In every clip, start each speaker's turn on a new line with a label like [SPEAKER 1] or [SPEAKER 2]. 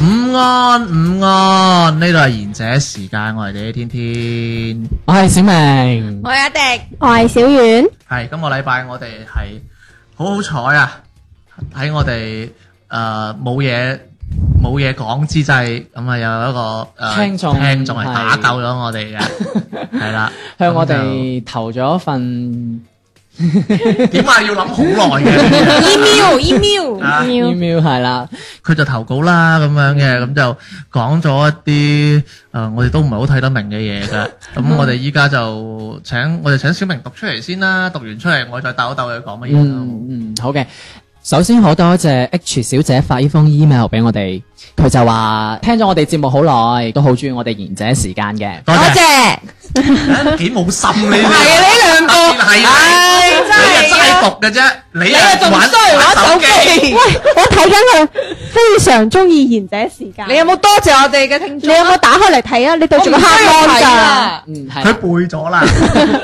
[SPEAKER 1] 午安，午安，呢度係賢者時間，我係你天天。
[SPEAKER 2] 我係小明，
[SPEAKER 3] 我一定
[SPEAKER 4] 我係小遠，
[SPEAKER 1] 係今個禮拜我哋係好好彩啊！喺我哋誒冇嘢冇嘢講之際，咁啊有一個誒、呃
[SPEAKER 2] 聽眾
[SPEAKER 1] 聽眾係
[SPEAKER 2] 係
[SPEAKER 1] 打救咗我哋嘅， 係啦，
[SPEAKER 2] 向我
[SPEAKER 1] 咁
[SPEAKER 2] 哋投咗份
[SPEAKER 1] 就點解要諗好耐嘅？
[SPEAKER 3] email email
[SPEAKER 1] 啊
[SPEAKER 2] email 係啦，
[SPEAKER 1] 佢就投稿啦咁樣嘅，咁就講咗一啲誒、呃我哋都唔係好睇得明嘅嘢㗎。咁我哋依家就請我哋請小明讀出嚟先啦，讀完出嚟我再鬥一鬥佢講乜嘢啦。
[SPEAKER 2] 嗯嗯，好嘅。首先好多謝 H 小姐發呢封 email 俾我哋，佢就話聽咗我哋節目好耐，都好中意我哋賢者時間嘅。
[SPEAKER 1] 多
[SPEAKER 3] 多
[SPEAKER 1] 謝，
[SPEAKER 3] 謝，
[SPEAKER 1] 誒幾冇心呢啲。
[SPEAKER 3] 係呢兩個，
[SPEAKER 1] 係啊
[SPEAKER 3] 唉，
[SPEAKER 1] 你係真
[SPEAKER 3] 係
[SPEAKER 1] 係
[SPEAKER 3] 啊，
[SPEAKER 1] 讀嘅啫，你
[SPEAKER 3] 你啊
[SPEAKER 1] 係
[SPEAKER 3] 仲衰玩手機，
[SPEAKER 4] 我睇緊佢非常中意賢者時間。
[SPEAKER 3] 你有冇多謝我哋嘅聽
[SPEAKER 4] 你
[SPEAKER 3] 眾？
[SPEAKER 4] 有冇打開嚟睇啊？你對
[SPEAKER 3] 我
[SPEAKER 4] 住個
[SPEAKER 3] 唔
[SPEAKER 4] 黑
[SPEAKER 3] 需要
[SPEAKER 4] 芒
[SPEAKER 3] 睇
[SPEAKER 4] 咋？
[SPEAKER 3] 啊！
[SPEAKER 2] 嗯，
[SPEAKER 1] 佢
[SPEAKER 2] 係。
[SPEAKER 1] 背咗啦，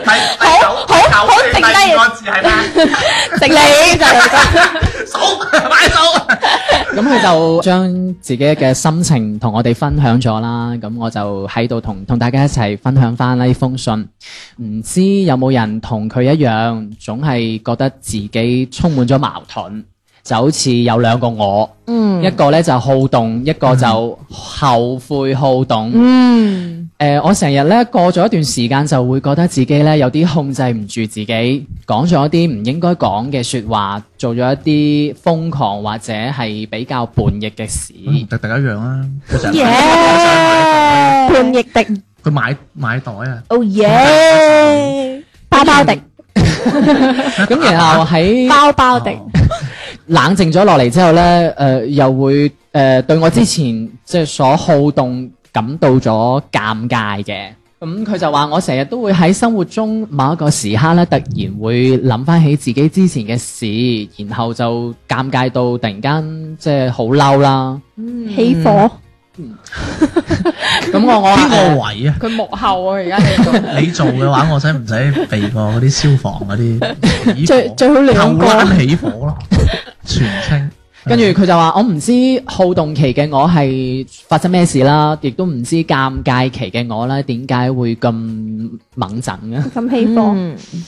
[SPEAKER 1] 係第九
[SPEAKER 4] 好好好
[SPEAKER 1] 第九段第二個字係咩？
[SPEAKER 4] 食你 就
[SPEAKER 1] 數買數，
[SPEAKER 2] 咁佢就將自己嘅心情同我哋分享咗啦，咁我就喺度同同大家一齊分享翻呢封信。唔知有冇人同佢一樣，總係覺得自己充滿咗矛盾，就好似有兩個我，
[SPEAKER 3] 嗯
[SPEAKER 2] 一個呢就好動，一個就後悔好動。
[SPEAKER 3] 嗯，
[SPEAKER 2] 誒、我成日咧過咗一段時間就會覺得自己咧有啲控制唔住自己，講咗一啲唔應該講嘅説話，做咗一啲瘋狂或者係比較叛逆嘅 事。
[SPEAKER 1] 特特一樣啊，佢成日
[SPEAKER 4] 耶叛逆迪
[SPEAKER 1] 佢買買袋啊。
[SPEAKER 4] ，Oh yeah！包包迪，
[SPEAKER 2] 咁、然後喺
[SPEAKER 4] 包包迪，
[SPEAKER 2] 冷靜咗落嚟之後咧，誒、又會誒、對我之前即係所好動感到咗尷尬嘅。咁佢就話：我成日都會喺生活中某一個時刻咧，突然會諗翻起自己之前嘅事，然後就尷尬到突然間即係好嬲 啦。
[SPEAKER 4] 起火，
[SPEAKER 2] 咁我我呃誒
[SPEAKER 1] 邊個位啊？
[SPEAKER 3] 佢幕後啊，而家你做
[SPEAKER 1] 你做嘅話，我使唔使避過嗰啲消防 嗰啲起火？
[SPEAKER 4] 最最好兩個
[SPEAKER 1] 後欄起火咯，全稱。
[SPEAKER 2] 跟住佢就話：我唔知好動期嘅我係發生咩事啦，亦都唔知尷尬期嘅我咧點解會咁猛震啊！
[SPEAKER 4] 咁起火，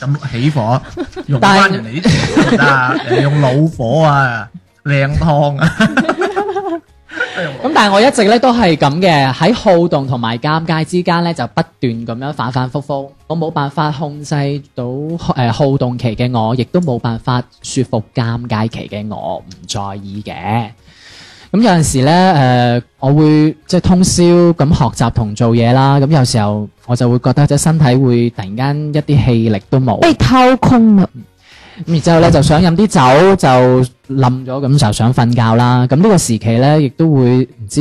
[SPEAKER 1] 咁起火，用
[SPEAKER 2] 但係
[SPEAKER 1] 翻人哋啲錢得唔 得啊？人哋用老火啊，靚湯啊。
[SPEAKER 2] 咁但係我一直咧都係咁嘅，喺好動同埋尷尬之間咧就不斷咁樣反反覆覆，我冇辦法控制到誒、呃好動期嘅我，亦都冇辦法說服尷尬期嘅我唔在意嘅。咁有陣時咧，誒、我會即係通宵咁學習同做嘢啦。咁有時候我就會覺得隻身體會突然間一啲氣力都冇，嗯
[SPEAKER 4] 被掏空啦，
[SPEAKER 2] 咁然之後咧就想飲啲酒，就冧咗咁就想瞓覺啦。咁呢個時期咧，亦都會唔知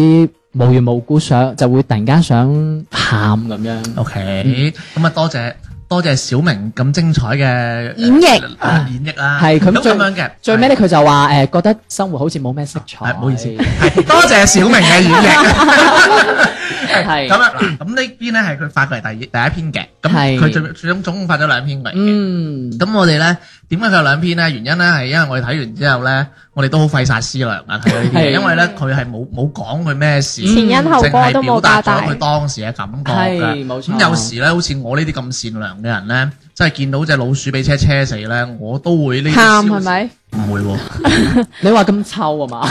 [SPEAKER 2] 無緣無故想，就會突然間想喊咁樣。
[SPEAKER 1] O K，咁啊多謝多謝小明咁精彩嘅
[SPEAKER 3] 演繹
[SPEAKER 1] 呃啊演繹啦，
[SPEAKER 2] 係咁
[SPEAKER 1] 咁
[SPEAKER 2] 最
[SPEAKER 1] 咁樣嘅，
[SPEAKER 2] 最尾咧，佢就話誒、呃覺得生活好似冇咩色彩。
[SPEAKER 1] 哎係唔好意思，係多謝小明嘅演繹。
[SPEAKER 2] 係嗯
[SPEAKER 1] 咁啊，嗱咁呢邊咧係佢發過嚟第二第一篇嘅，咁
[SPEAKER 2] 係
[SPEAKER 1] 佢最最終總共發咗兩篇嚟嘅。
[SPEAKER 2] 嗯，
[SPEAKER 1] 咁我哋咧點解佢有兩篇咧？原因咧係因為我哋睇完之後咧，我哋都好費晒思量啊！睇到呢啲嘢，
[SPEAKER 2] 係
[SPEAKER 1] 因為咧佢係冇冇講佢咩事，
[SPEAKER 4] 嗯前因後
[SPEAKER 1] 淨
[SPEAKER 4] 果
[SPEAKER 1] 係
[SPEAKER 4] 都
[SPEAKER 1] 表
[SPEAKER 4] 冇
[SPEAKER 1] 達
[SPEAKER 4] 交
[SPEAKER 1] 咗
[SPEAKER 4] 代
[SPEAKER 1] 佢。當時嘅感覺
[SPEAKER 2] 係
[SPEAKER 1] 㗎。
[SPEAKER 2] 冇錯
[SPEAKER 1] 咁有時咧，好似我呢啲咁善良嘅人咧，真係見到只老鼠俾車車死咧，我都會呢啲
[SPEAKER 3] 喊
[SPEAKER 1] 消
[SPEAKER 3] 係咪？
[SPEAKER 1] 唔 會喎，
[SPEAKER 2] 你話咁臭啊嘛？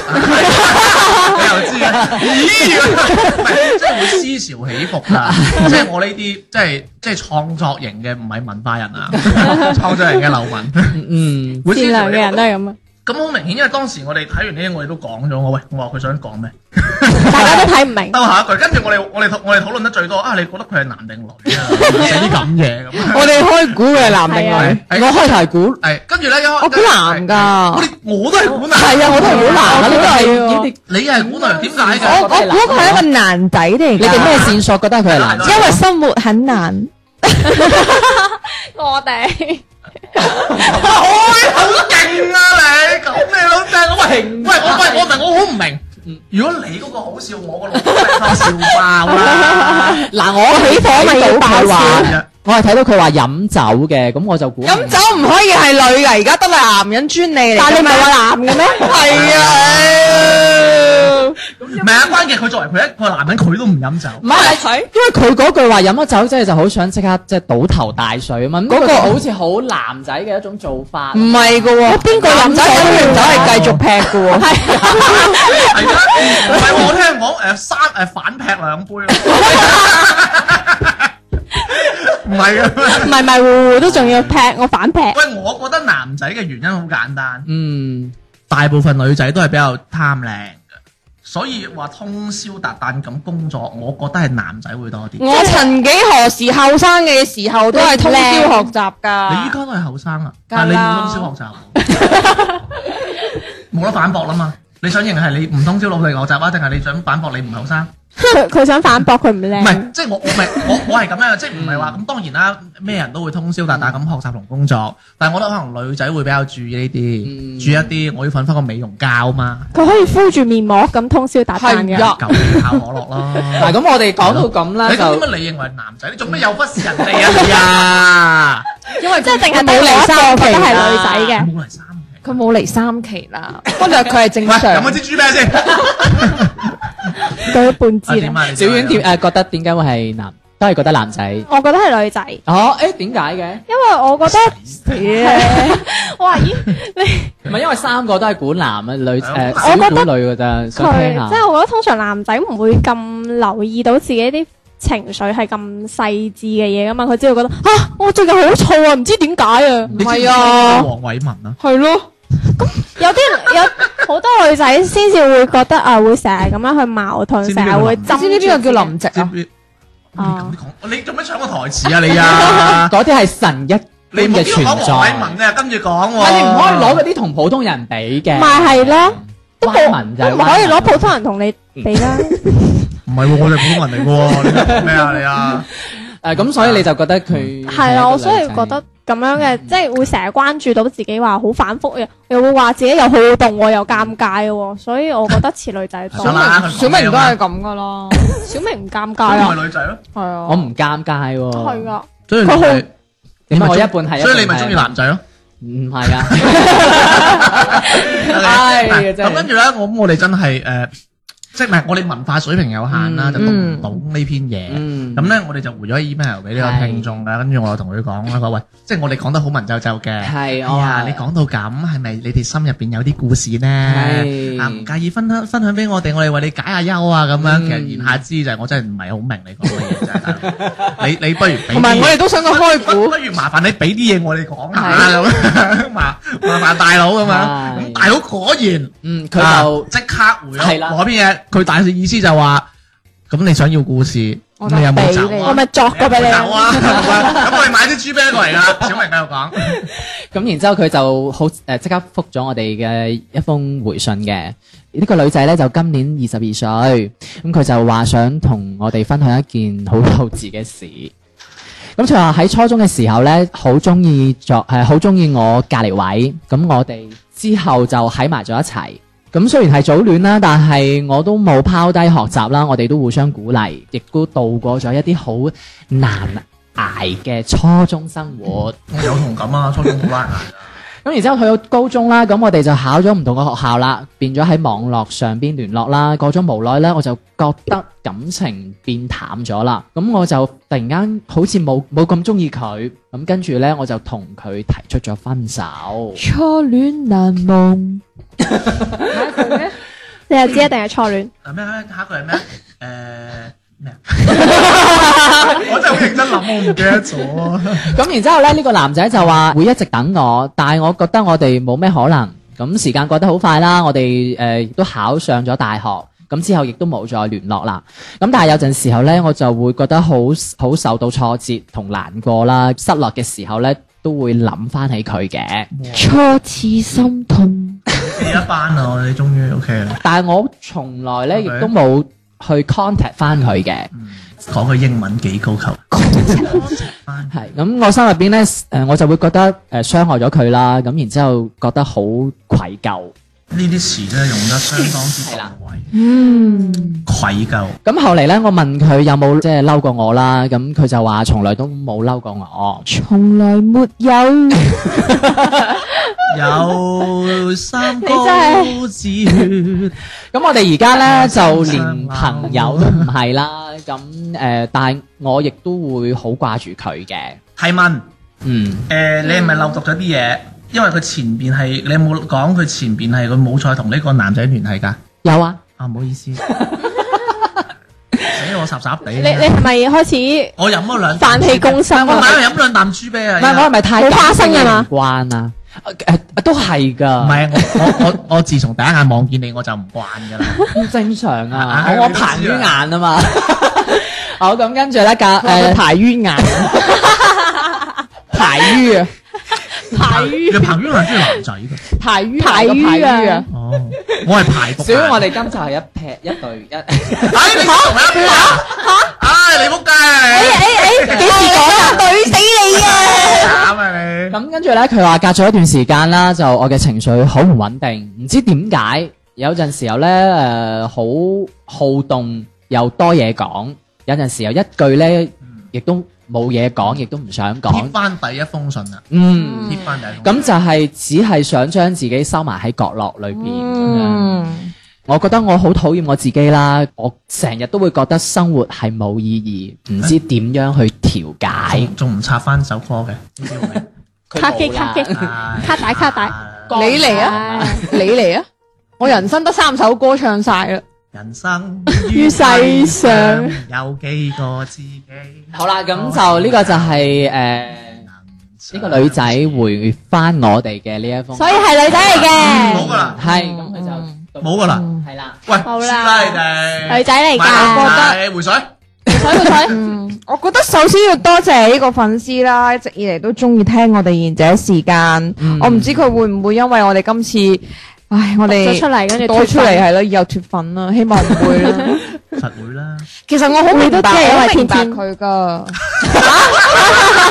[SPEAKER 1] 你又知啊？咦，唔係即係會思潮起伏 㗎。即係我呢啲即係即係創作 型嘅，唔係文化人啊，創作型嘅流民
[SPEAKER 2] 嗯，
[SPEAKER 1] 會思
[SPEAKER 4] 善
[SPEAKER 1] 潮
[SPEAKER 4] 良
[SPEAKER 1] 起伏
[SPEAKER 4] 嘅人都係咁啊，
[SPEAKER 1] 咁好明顯，因為當時我哋睇完呢啲，我哋都講咗我喂，我話佢想講咩？
[SPEAKER 4] 大家都睇唔明。
[SPEAKER 1] 兜下一句，跟住我哋我哋討我哋討論得最多啊！你覺得佢係男定女啊？寫啲咁嘢咁。
[SPEAKER 2] 我哋开估嘅男
[SPEAKER 4] 定
[SPEAKER 1] 女
[SPEAKER 2] 我開頭係啊估
[SPEAKER 1] 係跟住咧，我
[SPEAKER 4] 我估男㗎
[SPEAKER 1] 我哋我都係估男。
[SPEAKER 2] 係啊，我都係估男啊，
[SPEAKER 4] 我
[SPEAKER 2] 呢
[SPEAKER 4] 估
[SPEAKER 2] 個係
[SPEAKER 4] 女喎
[SPEAKER 2] 呢啲
[SPEAKER 1] 你係估男，點解
[SPEAKER 2] 我
[SPEAKER 1] 嘅？
[SPEAKER 2] 我估佢係一
[SPEAKER 4] 个男仔嚟
[SPEAKER 2] 你哋咩線索覺得佢係男？
[SPEAKER 1] 因為
[SPEAKER 4] 生活很难。我哋
[SPEAKER 1] 喂，好勁啊你！咁你老正，喂喂，我喂我明，我好唔明。如果你嗰個好笑，我個老公係偷笑爆啦。
[SPEAKER 2] 嗱，我起火咪要爆
[SPEAKER 1] 係
[SPEAKER 2] 話，
[SPEAKER 1] 啊
[SPEAKER 2] 我係睇到佢話飲酒嘅，咁我就估
[SPEAKER 3] 飲酒唔可以係女㗎，而家得係男人專利嚟㗎嘛。
[SPEAKER 4] 但你唔係話男嘅咩？
[SPEAKER 3] 係啊唉，
[SPEAKER 1] 唔係啊，關鍵佢作為佢一個男人，佢都唔飲酒。
[SPEAKER 2] 唔係，因為佢嗰句話飲咗酒即係就好想即刻即係倒頭大睡啊嘛，嗰個好似好男仔嘅一種做法。
[SPEAKER 3] 唔係㗎喎，
[SPEAKER 4] 邊個
[SPEAKER 3] 男
[SPEAKER 4] 飲酒
[SPEAKER 3] 仔飲完酒係繼續劈 㗎喎。
[SPEAKER 1] 係啊，唔係我聽人講誒三誒反劈兩杯喎。 唔係啊，
[SPEAKER 4] 迷迷糊糊都仲要劈，我反劈。
[SPEAKER 1] 喂，我覺得男仔嘅原因好簡單，
[SPEAKER 2] 嗯，
[SPEAKER 1] 大部分女仔都係比較貪靚嘅，所以話通宵達旦咁工作，我覺得係男仔會多啲。
[SPEAKER 3] 我曾幾何時後生嘅時候都係通宵學習㗎。
[SPEAKER 1] 你依家都係後生啊，
[SPEAKER 3] 梗係啦
[SPEAKER 1] 但係你唔通宵學習，啊 冇得反駁啦嘛。你想認係你唔通宵努力學習啊，定係你想反駁你唔後生？
[SPEAKER 4] 佢佢想反駁佢唔
[SPEAKER 1] 唔
[SPEAKER 4] 靚。
[SPEAKER 2] 嗯
[SPEAKER 1] 係，即係我我咪我我係咁樣，即係唔係話咁當然啦，咩人都會通宵達旦咁學習同工作，但係我覺得可能女仔會比較注意呢
[SPEAKER 2] 嗯
[SPEAKER 1] 啲，注意一啲我要瞓翻個美容覺嘛，
[SPEAKER 4] 佢可以敷住面膜咁通宵達旦
[SPEAKER 2] 係啊
[SPEAKER 4] 嘅。
[SPEAKER 1] 九年靠可樂啦。
[SPEAKER 2] 嗱咁我哋講到咁啦，
[SPEAKER 1] 你咁
[SPEAKER 2] 就
[SPEAKER 1] 點解你認為男仔？你做咩又忽視 人哋啊你啊？
[SPEAKER 4] 因為即係淨係
[SPEAKER 5] 冇
[SPEAKER 4] 冇
[SPEAKER 5] 離
[SPEAKER 4] 離
[SPEAKER 5] 三
[SPEAKER 4] 三，
[SPEAKER 5] 期
[SPEAKER 4] 覺得
[SPEAKER 5] 啦
[SPEAKER 4] 係女仔嘅。
[SPEAKER 1] 冇嚟三期。
[SPEAKER 3] 佢冇嚟三期啦，不過佢係正
[SPEAKER 1] 喂，
[SPEAKER 3] 常
[SPEAKER 1] 飲。咗支豬咩先？
[SPEAKER 4] 到一半
[SPEAKER 1] 啊
[SPEAKER 4] 支
[SPEAKER 1] 點
[SPEAKER 4] 啦。
[SPEAKER 1] 啊？你
[SPEAKER 2] 小
[SPEAKER 1] 點
[SPEAKER 2] 婉
[SPEAKER 1] 啊
[SPEAKER 2] 點誒覺得點解會係男？都係覺得男仔。
[SPEAKER 4] 我覺得係女仔，
[SPEAKER 2] 哦，誒點解
[SPEAKER 4] 因為我覺得， 我話咦，
[SPEAKER 2] 嘅？唔係因為三個都係管男啊，女誒
[SPEAKER 1] 我
[SPEAKER 2] 少
[SPEAKER 4] 覺得
[SPEAKER 2] 管女㗎咋，想聽
[SPEAKER 4] 佢
[SPEAKER 2] 下
[SPEAKER 4] 即。係啊我覺得通常男仔唔會咁留意到自己啲情緒係咁細緻嘅嘢噶嘛，佢只會覺得啊，我最近好燥啊，唔知點解啊，
[SPEAKER 1] 你知唔知
[SPEAKER 3] 係啊
[SPEAKER 1] 黃偉文啊，
[SPEAKER 3] 係咯，
[SPEAKER 4] 有啲有 好多女仔先至會覺得啊，會成日咁樣去矛盾，
[SPEAKER 1] 知唔知
[SPEAKER 4] 成日
[SPEAKER 1] 邊個
[SPEAKER 4] 會
[SPEAKER 1] 林
[SPEAKER 4] 針
[SPEAKER 3] 知唔知邊個叫林夕
[SPEAKER 1] 知
[SPEAKER 3] 啊
[SPEAKER 1] 唔？知？
[SPEAKER 4] 啊
[SPEAKER 1] 咁？講你做咩搶我台詞啊 你啊？
[SPEAKER 2] 嗰啲係神一
[SPEAKER 1] 你
[SPEAKER 2] 般
[SPEAKER 1] 冇
[SPEAKER 2] 嘅
[SPEAKER 1] 見
[SPEAKER 2] 存
[SPEAKER 1] 到講黃偉
[SPEAKER 2] 在
[SPEAKER 1] 文。啊，跟住講
[SPEAKER 2] 但
[SPEAKER 1] 喎。
[SPEAKER 2] 你唔可以攞嗰啲同普通人比嘅。
[SPEAKER 4] 咪係咯，都冇
[SPEAKER 2] 歪文就係
[SPEAKER 4] 唔
[SPEAKER 2] 歪
[SPEAKER 4] 可以
[SPEAKER 2] 文
[SPEAKER 4] 攞普通人同你
[SPEAKER 3] 嗯
[SPEAKER 4] 比啦。
[SPEAKER 1] 唔係喎，我哋普通人嚟喎，你 講咩啊你啊？
[SPEAKER 2] 誒咁，所以你就覺得佢
[SPEAKER 4] 係
[SPEAKER 2] 啦，
[SPEAKER 3] 啊
[SPEAKER 4] 啦，我所以覺得咁樣嘅，即係會成日關注到自己話好反覆嘅，又會話自己又好動喎，又尷尬喎，所以我覺得似女仔多
[SPEAKER 1] 小。明
[SPEAKER 3] 小明都係咁噶啦，
[SPEAKER 4] 小明唔尷尬
[SPEAKER 1] 咁
[SPEAKER 4] 啊，
[SPEAKER 1] 咪女仔咯，
[SPEAKER 3] 係啊。
[SPEAKER 2] 我唔尷尬喎。
[SPEAKER 3] 哦
[SPEAKER 4] 係啊，
[SPEAKER 1] 所以
[SPEAKER 4] 你咪佢好
[SPEAKER 2] 點解我一半係，
[SPEAKER 1] 所以你咪中意男仔咯。
[SPEAKER 2] 唔 係啊？
[SPEAKER 1] 係
[SPEAKER 2] 唉真係
[SPEAKER 1] 咁跟住咧，我咁我哋真係誒，即係唔係我哋文化水平有限
[SPEAKER 2] 嗯
[SPEAKER 1] 啦，就讀唔到呢篇嘢。
[SPEAKER 2] 嗯，
[SPEAKER 1] 咁咧，我哋就回咗 email 俾呢個聽眾啦。跟住我就同佢講啦，佢話喂，即係我哋講得好文縐縐嘅。
[SPEAKER 2] 係我
[SPEAKER 1] 哎呀，
[SPEAKER 2] 話
[SPEAKER 1] 你講到咁，係咪你哋心入邊有啲故事呢？
[SPEAKER 2] 係
[SPEAKER 1] 啊，唔介意分享分享俾我哋，我哋為你解下憂啊咁樣。
[SPEAKER 2] 嗯
[SPEAKER 1] 其實言下之意就係我真係唔係好明你講嘅嘢，真係大佬。你你不如俾
[SPEAKER 3] 同埋
[SPEAKER 1] 啲
[SPEAKER 3] 我哋都想個開
[SPEAKER 1] 不
[SPEAKER 3] 股
[SPEAKER 1] 不，如麻煩你俾啲嘢我哋講下咁樣， 麻麻煩大佬咁樣。
[SPEAKER 2] 係
[SPEAKER 1] 咁大佬果然
[SPEAKER 2] 嗯，佢
[SPEAKER 1] 啊
[SPEAKER 2] 就
[SPEAKER 1] 即刻回
[SPEAKER 2] 係
[SPEAKER 1] 咗
[SPEAKER 2] 啦
[SPEAKER 1] 嗰邊嘢，佢大致意思就話：咁你想要故事，
[SPEAKER 3] 我
[SPEAKER 1] 你
[SPEAKER 3] 就
[SPEAKER 1] 有冇
[SPEAKER 3] 俾
[SPEAKER 1] 走
[SPEAKER 3] 你
[SPEAKER 4] 我
[SPEAKER 1] 啊？
[SPEAKER 4] 咪作過俾你
[SPEAKER 1] 有冇走啊！咁我哋買啲豬啤過嚟啦。小明繼續講。
[SPEAKER 2] 咁然之後佢就好誒即、刻覆咗我哋嘅一封回信嘅。呢、個女仔咧就今年二十二歲，咁佢就話想同我哋分享一件好幼稚嘅事。咁佢話喺初中嘅時候咧，好中意作誒，好中意我隔離位。咁我哋之後就喺埋咗一齊。咁雖然係早戀啦，但係我都冇拋低學習啦，我哋都互相鼓勵，亦都度過咗一啲好難捱嘅初中生活。
[SPEAKER 1] 我有同感啊，初中好難捱啊。
[SPEAKER 2] 咁然之後去到高中啦，咁我哋就考咗唔同嘅學校啦，變咗喺網絡上邊聯絡啦。過咗無耐咧，我就覺得感情變淡咗啦。咁我就突然間好似冇冇咁中意佢，咁跟住咧我就同佢提出咗分手。
[SPEAKER 3] 初戀難夢。
[SPEAKER 4] 你又知啊一定係初戀。
[SPEAKER 1] 嗱咩咩下一句係咩？誒咩啊？我真係好認真諗，我唔記得咗。
[SPEAKER 2] 咁然之後咧，呢、個男仔就話會一直等我，但係我覺得我哋冇咩可能。咁時間過得好快啦，我哋誒亦都考上咗大學，咁之後亦都冇再聯絡啦。咁但係有陣時候咧，我就會覺得好好受到挫折同難過啦，失落嘅時候咧都會諗翻起佢嘅。
[SPEAKER 3] 初次心痛，
[SPEAKER 1] 第一班啦，我哋終於 OK 啦，
[SPEAKER 2] 但係我從來咧亦
[SPEAKER 1] Okay
[SPEAKER 2] 都冇去 contact 翻佢嘅。
[SPEAKER 1] 講佢英文幾高級，班
[SPEAKER 2] 係咁，我心入邊咧，誒、我就會覺得誒、傷害咗佢啦，咁然之後覺得好愧疚。
[SPEAKER 1] 呢啲詞咧用得相當之到位，嗯，愧疚。
[SPEAKER 2] 咁後嚟咧，我問佢有冇即係嬲過我啦，咁佢就話從來都冇嬲過我。
[SPEAKER 3] 從來沒 有。
[SPEAKER 1] 有三高子血，
[SPEAKER 2] 咁我哋而家咧就連朋友都唔係啦，咁誒、但係我亦都會好掛住佢嘅。
[SPEAKER 1] 提問，
[SPEAKER 2] 嗯，
[SPEAKER 1] 誒、你係咪漏讀咗啲嘢？因為佢前邊係你有冇講佢前邊係佢冇再同呢個男仔聯繫㗎？
[SPEAKER 2] 有啊，
[SPEAKER 1] 啊，唔好意思，死我霎霎地。
[SPEAKER 3] 嗯
[SPEAKER 4] 你你係咪開始
[SPEAKER 1] 我飲咗兩啖
[SPEAKER 4] 泛起攻心
[SPEAKER 1] 我
[SPEAKER 4] 啊？
[SPEAKER 1] 買飲兩啖豬啤啊！
[SPEAKER 2] 唔係我係咪太
[SPEAKER 4] 冇花生㗎嘛
[SPEAKER 2] 唔慣啊？誒、都係
[SPEAKER 1] 唔
[SPEAKER 2] 㗎，
[SPEAKER 1] 係啊我我我我自從第一眼望見你我就唔慣 㗎啦。
[SPEAKER 2] 唔正常啊！
[SPEAKER 1] 啊
[SPEAKER 2] 我我
[SPEAKER 1] 你都知啊
[SPEAKER 2] 彭于晏啊嘛。 好，咁跟住咧，隔呃誒
[SPEAKER 3] 誒，排冤眼，
[SPEAKER 2] 排於啊。
[SPEAKER 4] 排於
[SPEAKER 1] 你彭于晏中意男仔㗎？
[SPEAKER 3] 排冤
[SPEAKER 4] 排
[SPEAKER 3] 排
[SPEAKER 4] 於
[SPEAKER 3] 冤
[SPEAKER 4] 啊
[SPEAKER 3] 啊！！
[SPEAKER 1] 哦，我係排毒。
[SPEAKER 2] 小我哋今集係一劈一對一，
[SPEAKER 1] 哎，你同一邊啊？唉，你仆街啊
[SPEAKER 4] 幾時 講啊？
[SPEAKER 3] 懟死你啊！
[SPEAKER 1] 你！慘啊你！
[SPEAKER 2] 咁跟住咧，佢話隔咗一段時間啦，就我嘅情緒好唔穩定，唔知點解有陣時候咧誒、呃好好動又多嘢講，有陣時候一句咧亦都冇嘢講，亦都唔想講
[SPEAKER 1] 貼，翻第一封信啊！
[SPEAKER 2] 嗯，
[SPEAKER 1] 貼翻第一封信。
[SPEAKER 2] 咁就係只係想將自己收埋喺角落裏邊咁樣。
[SPEAKER 3] 嗯，
[SPEAKER 2] 我覺得我好討厭我自己啦，我成日都會覺得生活係冇意義，唔知點樣去調解。
[SPEAKER 1] 仲仲唔插翻首歌嘅？呢啲位
[SPEAKER 4] 卡機卡機
[SPEAKER 1] 唉
[SPEAKER 4] 卡 帶卡帶，
[SPEAKER 3] 你嚟 啊！
[SPEAKER 4] 啊！
[SPEAKER 3] 你嚟啊！我人生得三首歌唱晒啦，
[SPEAKER 1] 人生
[SPEAKER 4] 於世上
[SPEAKER 1] 有幾個自己？
[SPEAKER 2] 好啦，咁就呢個就係、诶呢個女仔回翻我哋嘅呢一封，
[SPEAKER 4] 所以係女仔嚟
[SPEAKER 1] 冇
[SPEAKER 4] 嘅，
[SPEAKER 1] 噶啦，
[SPEAKER 2] 係咁佢就
[SPEAKER 1] 冇噶啦，
[SPEAKER 2] 係啦，
[SPEAKER 1] 喂，
[SPEAKER 4] 冇啦
[SPEAKER 1] 輸啦你哋，
[SPEAKER 4] 女仔嚟㗎，
[SPEAKER 1] 覺得回水，
[SPEAKER 4] 所以佢
[SPEAKER 3] 嗯，我覺得首先要多謝呢個粉絲啦，一直以嚟都中意聽我哋賢者時間。我唔知佢會唔會因為我哋今次，唉，我
[SPEAKER 4] 咗
[SPEAKER 3] 哋
[SPEAKER 4] 出嚟，跟住
[SPEAKER 3] 多出嚟係咯，以後脱粉啦，希望唔會啦。
[SPEAKER 1] 實會啦。
[SPEAKER 3] 其實我好明白，
[SPEAKER 4] 會都知係因為
[SPEAKER 3] 我明白
[SPEAKER 4] 天天
[SPEAKER 3] 佢 噶。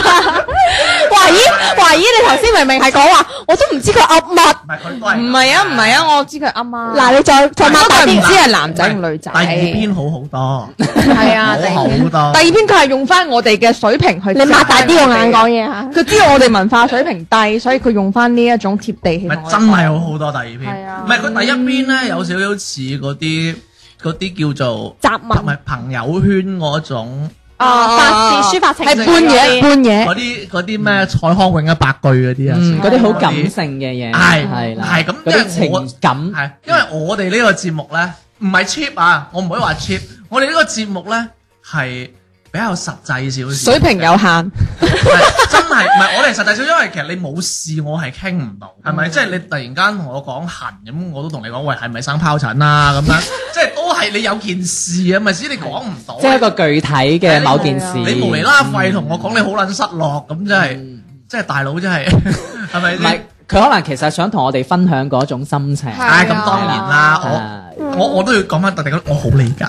[SPEAKER 4] 華姨，華姨，你頭先明明係講話，我都唔知佢噏乜。
[SPEAKER 1] 唔係佢都係，
[SPEAKER 3] 唔係啊，唔係啊，我知佢啱啊。
[SPEAKER 4] 嗱，你再再
[SPEAKER 3] 不過
[SPEAKER 4] 擘大
[SPEAKER 3] 佢唔
[SPEAKER 4] 啲，
[SPEAKER 3] 知係男仔定女仔。
[SPEAKER 1] 第二篇好好多，
[SPEAKER 3] 係啊，第
[SPEAKER 1] 好
[SPEAKER 3] 二
[SPEAKER 1] 好
[SPEAKER 3] 篇。
[SPEAKER 1] 多。
[SPEAKER 3] 第二篇佢係用翻我哋嘅水平去。
[SPEAKER 4] 你擘大啲個眼講。嘢嚇。
[SPEAKER 3] 佢知道我哋文化水平低，所以佢用翻呢一種貼地氣
[SPEAKER 1] 咪
[SPEAKER 3] 同我哋
[SPEAKER 1] 真
[SPEAKER 3] 講。
[SPEAKER 1] 係好好多第二篇，
[SPEAKER 3] 係啊
[SPEAKER 1] 唔係佢第一篇咧有少少似嗰啲嗰啲叫做
[SPEAKER 4] 雜文
[SPEAKER 1] 唔
[SPEAKER 3] 哦
[SPEAKER 1] 係朋友圈嗰種
[SPEAKER 3] 啊
[SPEAKER 4] 發泄抒發情緒
[SPEAKER 3] 係半夜
[SPEAKER 4] 嗰啲
[SPEAKER 3] 半夜
[SPEAKER 1] 嗰。啲嗰啲咩蔡康永一百句嗰啲啊，
[SPEAKER 2] 嗯嗰啲好感性嘅嘢，
[SPEAKER 1] 係
[SPEAKER 2] 係啦，
[SPEAKER 1] 係咁
[SPEAKER 2] 嗰啲
[SPEAKER 1] 因為我
[SPEAKER 2] 情感，
[SPEAKER 1] 係因為我哋呢個節目咧唔係 cheap 啊，我唔可以話 cheap，我哋呢個節目咧係比較實際少少，
[SPEAKER 3] 水平有限，
[SPEAKER 1] 係真係唔係我哋實際少，因為其實你冇事我係傾唔到，
[SPEAKER 2] 嗯
[SPEAKER 1] 係咪？即係你突然間同我講痕咁，我都同你講喂係咪生疱疹啊 咁樣，即係都係你有件事啊，咪先你講唔到，
[SPEAKER 2] 即係一個具體嘅某件事，
[SPEAKER 1] 你無厘啦廢同我講你好撚失落咁，真係
[SPEAKER 2] 嗯
[SPEAKER 1] 真係大佬真係 係咪
[SPEAKER 2] 唔係
[SPEAKER 1] 先？
[SPEAKER 2] 佢可能其實想同我哋分享嗰種心情，
[SPEAKER 3] 係
[SPEAKER 1] 唉，咁當然啦，我。
[SPEAKER 2] 係啊
[SPEAKER 1] 我我都要講翻特定嗰，我好理 解，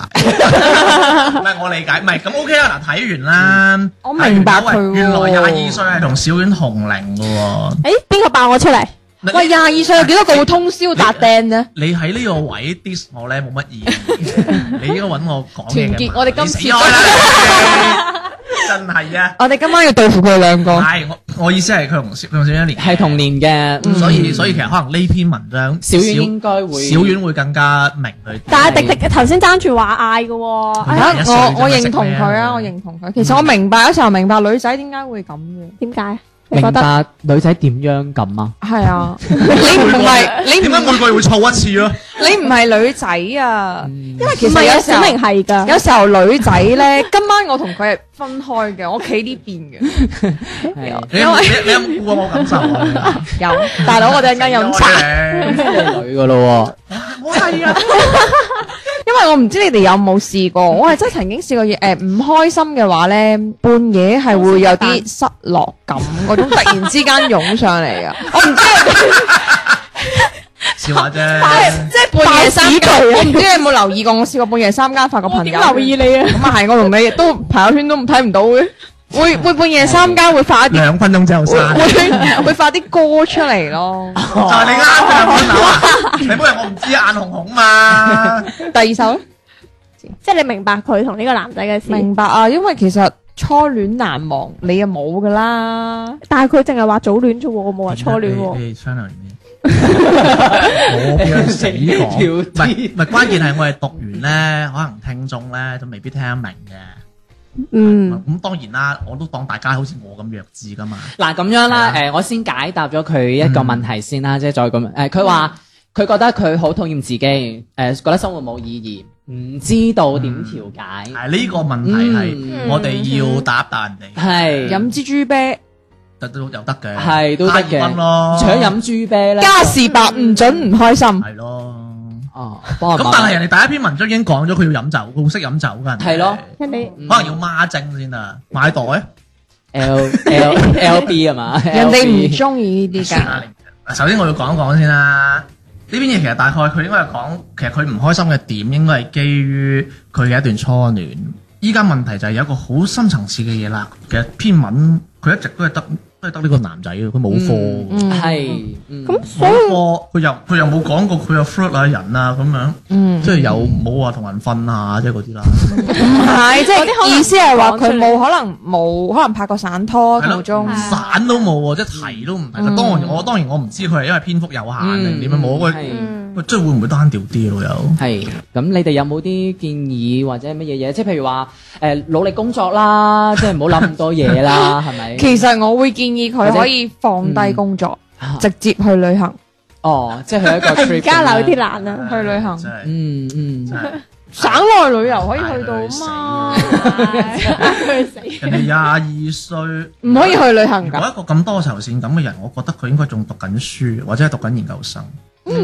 [SPEAKER 1] 唔係我理解，唔係咁 OK 啦。嗱，睇完啦，
[SPEAKER 2] 嗯
[SPEAKER 3] 我明白
[SPEAKER 1] 睇完啦
[SPEAKER 3] 佢喎
[SPEAKER 1] 喂原來廿二歲係同小丸同齡嘅喎。
[SPEAKER 4] 誒，邊個爆我出嚟？
[SPEAKER 1] 嗱
[SPEAKER 3] 喂，廿二歲有幾多個會通宵搭釘呢？
[SPEAKER 1] 你喺呢個位 dis 我咧冇乜意義，你應該揾我講嘢
[SPEAKER 3] 團
[SPEAKER 1] 嘅嘛
[SPEAKER 3] 結我哋今次
[SPEAKER 1] 你死開啦， 真係啊！
[SPEAKER 3] 我哋今晚要對付佢兩個。
[SPEAKER 1] 係我我意思係佢同小佢同小丸一年，
[SPEAKER 2] 係同年嘅，嗯
[SPEAKER 1] 所以所以其實可能呢篇文章
[SPEAKER 2] 小婉應該會
[SPEAKER 1] 小丸會更加明佢啲。
[SPEAKER 4] 但係迪迪頭先爭住話嗌嘅喎，哎
[SPEAKER 3] 啊
[SPEAKER 1] 一歲
[SPEAKER 3] 我我
[SPEAKER 1] 啫嘛
[SPEAKER 3] 認同佢啊，我
[SPEAKER 1] 識咩
[SPEAKER 3] 認同佢。其實我明白有時候明白女仔點解會咁嘅，
[SPEAKER 4] 點解？你覺
[SPEAKER 2] 明
[SPEAKER 4] 得
[SPEAKER 2] 白女仔點樣咁啊？
[SPEAKER 3] 係 啊，你唔係你
[SPEAKER 1] 點
[SPEAKER 3] 唔
[SPEAKER 1] 解每個月會錯一次啊？
[SPEAKER 3] 你唔係女仔啊，因為其
[SPEAKER 4] 唔
[SPEAKER 3] 實
[SPEAKER 4] 係啊，
[SPEAKER 3] 有時
[SPEAKER 4] 小
[SPEAKER 3] 候
[SPEAKER 4] 明係㗎。
[SPEAKER 3] 有時候女仔咧， 今晚我同佢係分開嘅，我企呢邊 嘅。
[SPEAKER 2] 係
[SPEAKER 1] 你有你你有冇顧過我感受 啊？
[SPEAKER 3] 有大佬，我哋一陣間 飲茶，
[SPEAKER 1] 茶。
[SPEAKER 2] 女噶咯
[SPEAKER 1] 我係啊，
[SPEAKER 3] 因為我唔知你哋有冇試過，我係真係曾經試過誒唔開心嘅話咧，半夜係會有啲失落感，嗰種突然之間湧上嚟 啊！我唔知係即
[SPEAKER 1] 笑話啫。
[SPEAKER 3] 係半夜三更， 我唔知你有冇留意過，我試過半夜三更發個
[SPEAKER 4] 我
[SPEAKER 3] 朋
[SPEAKER 4] 點
[SPEAKER 3] 友
[SPEAKER 4] 留意你啊？
[SPEAKER 3] 咁啊係，我同你都朋友圈都睇唔到嘅，會會半夜三更會發一 啲
[SPEAKER 1] 兩分鐘之後散，就係
[SPEAKER 3] 會會發啲歌出嚟 咯。
[SPEAKER 1] 你啱嘅我諗啊！你冇人我唔知啊，眼紅紅嘛。
[SPEAKER 3] 第二首咧
[SPEAKER 4] 即係你明白佢同呢個男仔嘅事，
[SPEAKER 3] 明白啊，因為其實初戀難忘，你又冇噶啦。
[SPEAKER 4] 但係佢淨係話早戀啫喎，我冇話初戀
[SPEAKER 1] 你
[SPEAKER 4] 喎。
[SPEAKER 1] 你商量完啲。我邊死講？唔係唔係，關鍵係我哋讀完咧，可能聽眾咧都未必聽得明嘅。
[SPEAKER 4] 嗯，
[SPEAKER 1] 咁當然啦，我都當大家好似我咁弱智噶嘛。
[SPEAKER 2] 喎。嗱咁樣啦，
[SPEAKER 1] 係啊
[SPEAKER 2] 誒，我先解答咗佢一個問題先啦，即係再咁樣。誒，佢話佢覺得佢好討厭自己，誒，覺得生活冇意義，唔知道點調解。
[SPEAKER 1] 係呢個問題係
[SPEAKER 4] 嗯
[SPEAKER 1] 我哋要答答人哋，
[SPEAKER 2] 係
[SPEAKER 3] 飲蜘蛛啤，
[SPEAKER 1] 得都又得嘅，
[SPEAKER 2] 係都得嘅
[SPEAKER 1] 加二分咯，
[SPEAKER 2] 除咗飲豬啤咧，
[SPEAKER 3] 加士伯唔准唔開心。
[SPEAKER 1] 係咯。
[SPEAKER 2] 哦，幫我
[SPEAKER 1] 咁
[SPEAKER 2] 問
[SPEAKER 1] 但係人哋第一篇文章已經講咗佢要飲酒，佢好識飲酒噶。
[SPEAKER 2] 係咯
[SPEAKER 4] 人哋
[SPEAKER 2] 嗯
[SPEAKER 1] 可能要孖精先啊，買袋
[SPEAKER 2] L L L B 係嘛？
[SPEAKER 3] 人哋唔
[SPEAKER 2] LB
[SPEAKER 3] 中意呢啲㗎，
[SPEAKER 1] 首先我要講一講先啦。呢邊嘢其實大概佢應該係講，其實佢唔開心嘅點應該係基於佢嘅一段初戀。依家問題就係有一個好深層次嘅嘢啦。其實篇文佢一直都係得都係得呢個男仔嘅，佢冇貨。
[SPEAKER 2] 係嗯
[SPEAKER 4] 咁所
[SPEAKER 1] 冇
[SPEAKER 4] 以
[SPEAKER 1] 貨，佢又佢又冇講過佢有 flirt 啊人啊咁樣，
[SPEAKER 3] 嗯，
[SPEAKER 1] 即係有冇話同人瞓啊，即係嗰啲啦。
[SPEAKER 3] 唔係即
[SPEAKER 4] 嗰啲可
[SPEAKER 3] 係
[SPEAKER 4] 能
[SPEAKER 3] 意思係話
[SPEAKER 4] 講出
[SPEAKER 3] 佢
[SPEAKER 4] 嚟
[SPEAKER 3] 冇可能冇可能拍過散拖
[SPEAKER 1] 係咯
[SPEAKER 3] 途中，
[SPEAKER 1] 散都冇喎，即係提都唔提。
[SPEAKER 3] 嗯
[SPEAKER 1] 當然我當然我唔知佢係因為篇幅有限定點樣冇
[SPEAKER 2] 係
[SPEAKER 1] 佢，
[SPEAKER 4] 嗯
[SPEAKER 1] 喂即係會唔會單調啲咯？又
[SPEAKER 2] 係，咁你哋有冇啲建議或者乜嘢嘢？即係譬如話，誒、努力工作啦，即係唔好諗咁多嘢啦，係咪？
[SPEAKER 3] 其實我會建議
[SPEAKER 2] 或
[SPEAKER 3] 佢
[SPEAKER 2] 者
[SPEAKER 3] 可以放低
[SPEAKER 2] 嗯
[SPEAKER 3] 工作，
[SPEAKER 2] 啊
[SPEAKER 3] 直接去旅行。
[SPEAKER 2] 哦，即係去一個 trip
[SPEAKER 4] 而家
[SPEAKER 2] 咁樣
[SPEAKER 4] 留啲難啊。
[SPEAKER 3] 去旅行
[SPEAKER 1] 真係
[SPEAKER 2] 嗯
[SPEAKER 1] 真
[SPEAKER 2] 嗯，
[SPEAKER 1] 係
[SPEAKER 3] 省內旅遊可以去到嘛？
[SPEAKER 4] 佢死。
[SPEAKER 1] 人哋廿二歲，
[SPEAKER 3] 唔可以去旅
[SPEAKER 1] 如
[SPEAKER 3] 行
[SPEAKER 1] 果
[SPEAKER 3] 㗎，
[SPEAKER 1] 一個咁多愁善感嘅人，我覺得佢應該仲讀緊書，或者係讀緊研究生。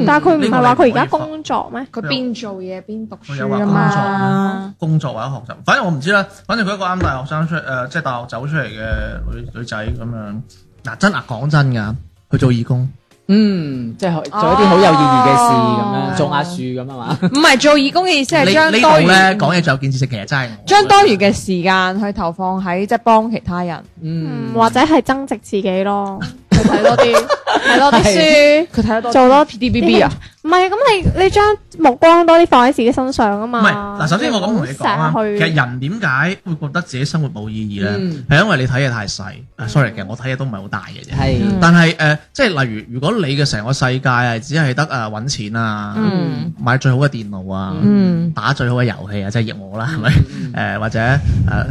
[SPEAKER 4] 但係佢唔係話佢而家工作咩？
[SPEAKER 3] 佢邊做嘢邊讀
[SPEAKER 1] 佢有
[SPEAKER 3] 書
[SPEAKER 1] 話
[SPEAKER 3] 啊
[SPEAKER 1] 工
[SPEAKER 3] 嘛
[SPEAKER 1] 作。、工作或者學習，反正我唔知啦。反正佢一個啱大學生出，誒、呃即係大學走出嚟嘅女女仔咁樣。嗱、真啊，講真㗎，去做義工，
[SPEAKER 2] 嗯，即係去做一啲好有意義嘅事咁樣，
[SPEAKER 3] 哦
[SPEAKER 2] 種下樹咁啊嘛。
[SPEAKER 3] 唔係做義工嘅意思
[SPEAKER 1] 呢
[SPEAKER 3] 係將
[SPEAKER 1] 呢
[SPEAKER 3] 多
[SPEAKER 1] 度咧
[SPEAKER 3] 餘
[SPEAKER 1] 講嘢最有建設性，其實真係我
[SPEAKER 3] 將多餘嘅時間去投放喺即係幫其他 人。
[SPEAKER 2] 嗯
[SPEAKER 4] 嗯，，或者係增值自己咯，
[SPEAKER 3] 佢睇多啲，睇多啲書，佢睇得多
[SPEAKER 4] 做多
[SPEAKER 3] P D B B 啊，
[SPEAKER 4] 唔係咁你你將目光多啲放喺自己身上啊
[SPEAKER 1] 唔
[SPEAKER 4] 嘛。
[SPEAKER 1] 係嗱，首先我咁同你講啊，
[SPEAKER 4] 成日
[SPEAKER 1] 其
[SPEAKER 4] 去
[SPEAKER 1] 實人點解會覺得自己生活冇意義咧？
[SPEAKER 2] 嗯
[SPEAKER 1] 係因為你睇嘢太細。啊 sorry，其實我睇嘢都唔係好大嘅啫。
[SPEAKER 2] 係，
[SPEAKER 3] 嗯
[SPEAKER 1] 但係誒、呃即係例如，如果你嘅成個世界係只係得誒揾錢啊，
[SPEAKER 3] 嗯
[SPEAKER 1] 買最好嘅電腦啊，
[SPEAKER 3] 嗯，
[SPEAKER 1] 打最好嘅遊戲啊，即係益我啦，係咪？誒、或者誒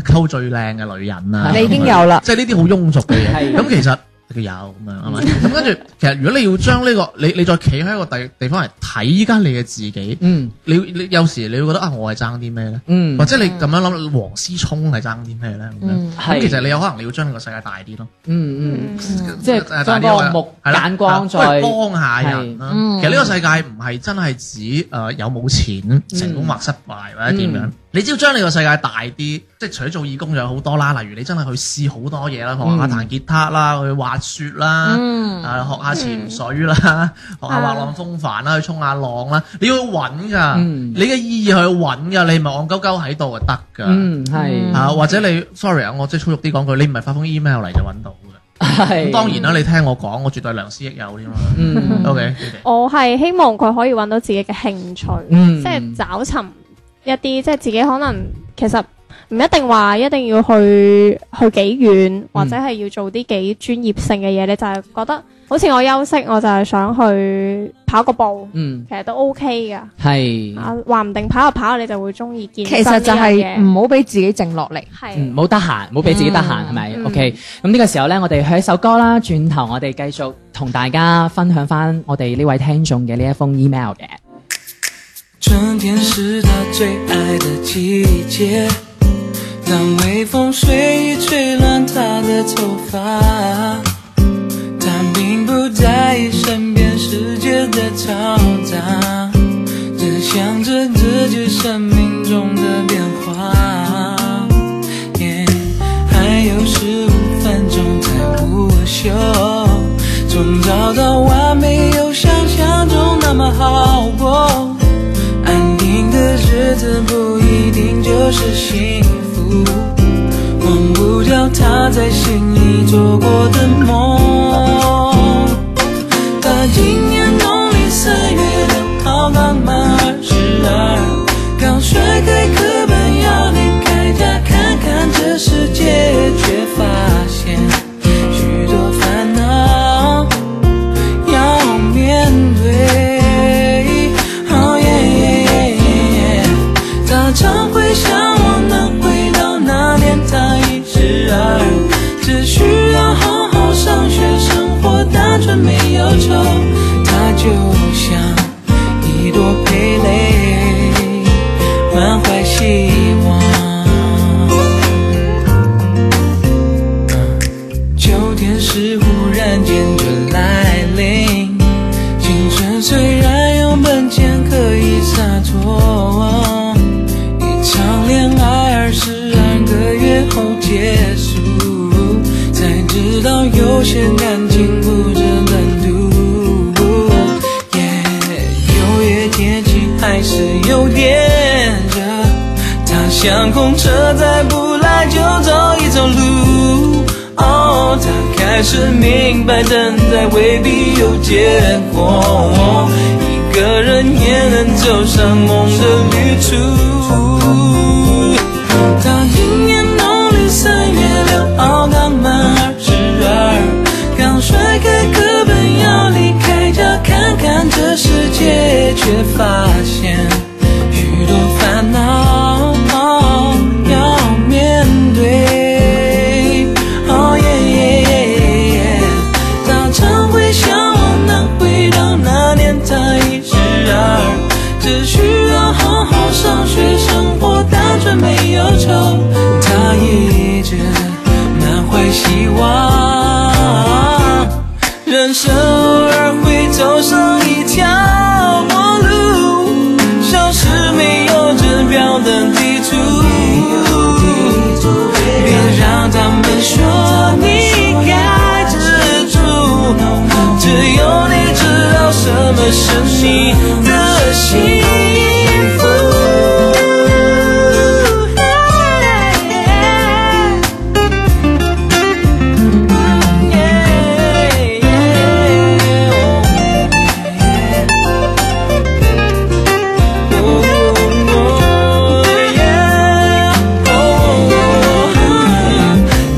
[SPEAKER 1] 溝、最靚嘅女人啊，
[SPEAKER 3] 嗯你已經
[SPEAKER 1] 咁樣，
[SPEAKER 3] 有啦，
[SPEAKER 1] 即係呢啲好庸俗嘅嘢。
[SPEAKER 2] 係
[SPEAKER 1] 咁其實佢有咁樣係 咪？咁跟住，其實如果你要將呢、個你你再企喺一個地地方嚟睇依家你嘅自己，
[SPEAKER 2] 嗯
[SPEAKER 1] 你你有時你會覺得啊，我係爭啲咩咧？
[SPEAKER 2] 嗯
[SPEAKER 1] 或，者你咁樣諗，黃思聰係爭啲咩咧？咁樣
[SPEAKER 3] 嗯
[SPEAKER 2] 係
[SPEAKER 1] 咁其實你有可能你要將你個世界大啲咯。
[SPEAKER 2] 嗯嗯，
[SPEAKER 4] 嗯
[SPEAKER 2] 即係將個目
[SPEAKER 1] 係啦
[SPEAKER 2] 眼光再
[SPEAKER 1] 係幫下人啦。
[SPEAKER 3] 嗯
[SPEAKER 1] 其實呢個世界唔係真係指誒有冇錢成功或失敗或者點樣
[SPEAKER 2] 嗯，
[SPEAKER 1] 你只要將你個世界大啲，即係除咗做義工仲有好多啦，例如你真係去試好多嘢啦，學下
[SPEAKER 2] 嗯
[SPEAKER 1] 彈吉他啦，去滑雪啦。
[SPEAKER 3] 嗯
[SPEAKER 1] 啊，學下潛水啦， 學下滑浪風帆啦，去衝下浪啦，你要去揾噶，
[SPEAKER 2] 嗯
[SPEAKER 1] 你嘅意義係去揾噶，你唔係戇鳩鳩喺度就得噶。
[SPEAKER 2] 嗯係
[SPEAKER 1] 啊，或者你，sorry 啊，我即係粗俗啲講句，你唔係發封 email 嚟就揾到嘅。
[SPEAKER 2] 係，
[SPEAKER 1] 咁當然啦，你聽我講，我絕對良師益友添嘛。
[SPEAKER 2] 嗯
[SPEAKER 1] OK，你哋
[SPEAKER 4] 我係希望佢可以揾到自己嘅興趣，
[SPEAKER 2] 嗯
[SPEAKER 4] 即係找尋一啲即係自己可能其實唔一定話一定要去去幾遠，或者係要做啲幾專業性嘅嘢，你就係覺得好似我休息，我就係想去跑個步，
[SPEAKER 2] 嗯，
[SPEAKER 4] 其實都 OK 噶。
[SPEAKER 2] 係，
[SPEAKER 4] 啊，話唔定跑下跑下你就會中意健
[SPEAKER 3] 其
[SPEAKER 4] 身
[SPEAKER 3] 實就係嗯
[SPEAKER 4] 係
[SPEAKER 3] 唔好俾自己靜落嚟。
[SPEAKER 2] 嗯，
[SPEAKER 4] 係
[SPEAKER 2] 冇得閒，冇俾自己得閒，係咪
[SPEAKER 4] 嗯
[SPEAKER 2] ？OK，咁呢個時候呢，我哋去一首歌啦，轉頭我哋繼續同大家分享翻我哋呢位聽眾嘅呢一封 email 嘅。
[SPEAKER 6] 春天是他最爱的季节，当微风随意吹乱他的头发，他并不在意身边世界的嘈杂，只想着自己生命中的变化。Yeah，还有十五分钟才午休，从早到晚没有想象中那么好过。安定的日子不一定就是幸福，忘不掉他在心里做过的梦。他今年农历三月六号刚满二十二，刚甩开课本要离开家看看这世界，却发现许多烦恼。要面对。哦耶耶耶耶耶！他常会想我能回到那年他一十二，只需要好好上学，生活单纯没忧愁，他就像一朵蓓蕾，满怀希望。秋天是忽然间就来临，青春虽然有本钱可以洒脱，一场恋爱二十二个月后结束，才知道有些感情不值得赌。有夜天气还是有点热，他想公车再不来就走一走路。哦，他开始明白等待未必有结果，一个人也能走上梦的旅途。他今年农历三月六号刚满二十二，刚甩开课本要离开家看看这世界，却发现许多烦恼要面对。哦耶耶耶耶！他常会想我能回到那年他一十二。只需要好好上学，生活单纯没忧愁。他一直满怀希望，人生偶尔会走上一条陌路，像是没有指标的地图。别让他们说你该知足，只有你知道什么是你的幸福。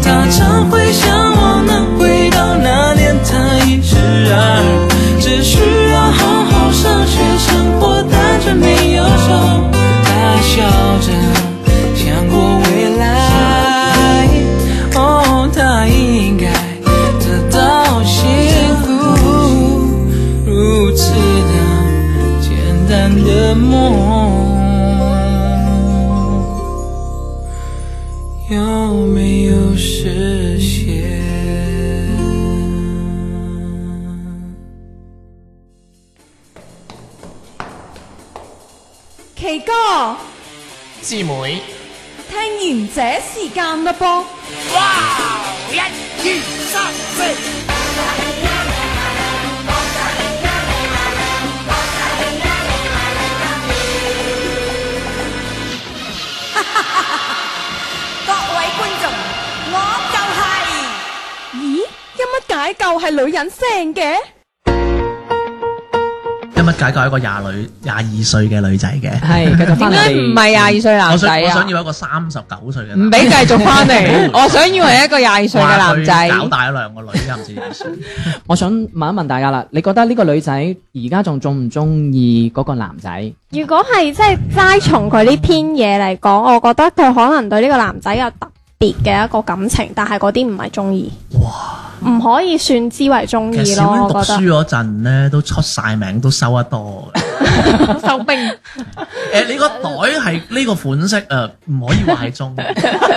[SPEAKER 6] 他常会想我能回到那年他一十二，只需要好好上学，生活单纯没忧愁。他笑着想过未来，哦，他应该得到幸福，如此的简单的梦。有没有实现？
[SPEAKER 5] 奇哥，
[SPEAKER 1] 姊妹，
[SPEAKER 5] 聽完這時間嘞噃。
[SPEAKER 7] 各位观众，我就系、
[SPEAKER 5] 咦，有乜解救係女人聲嘅？
[SPEAKER 1] 因為日解救一個廿女廿二歲嘅女仔嘅。
[SPEAKER 2] 系繼續
[SPEAKER 3] 點
[SPEAKER 2] 翻嚟
[SPEAKER 3] 解唔係廿二歲
[SPEAKER 1] 我
[SPEAKER 3] 男仔
[SPEAKER 1] 想我
[SPEAKER 3] 啊
[SPEAKER 1] 想？要一個三十九歲嘅男
[SPEAKER 3] 唔俾繼續翻嚟，我想要係一個廿二歲嘅
[SPEAKER 1] 話
[SPEAKER 3] 男
[SPEAKER 1] 佢
[SPEAKER 3] 仔。
[SPEAKER 1] 搞大咗兩個女，啱唔知幾歲？
[SPEAKER 2] 我想問一問大家啦，你覺得呢個女仔而家仲中唔中意嗰個男仔？
[SPEAKER 4] 如果係即係齋從佢呢篇嘢嚟講，我覺得佢可能對呢個男仔有特別嘅一個感情，但係嗰啲唔係中意。哇！唔可以算之為中
[SPEAKER 1] 其實
[SPEAKER 4] 意
[SPEAKER 1] 小
[SPEAKER 4] 咯，
[SPEAKER 1] 英讀
[SPEAKER 4] 我覺
[SPEAKER 1] 書
[SPEAKER 4] 得。
[SPEAKER 1] 嗰陣咧，都出晒名，都收得多嘅。
[SPEAKER 3] 收 兵，
[SPEAKER 1] 誒，你個袋係呢個款式誒，唔可以話係中意，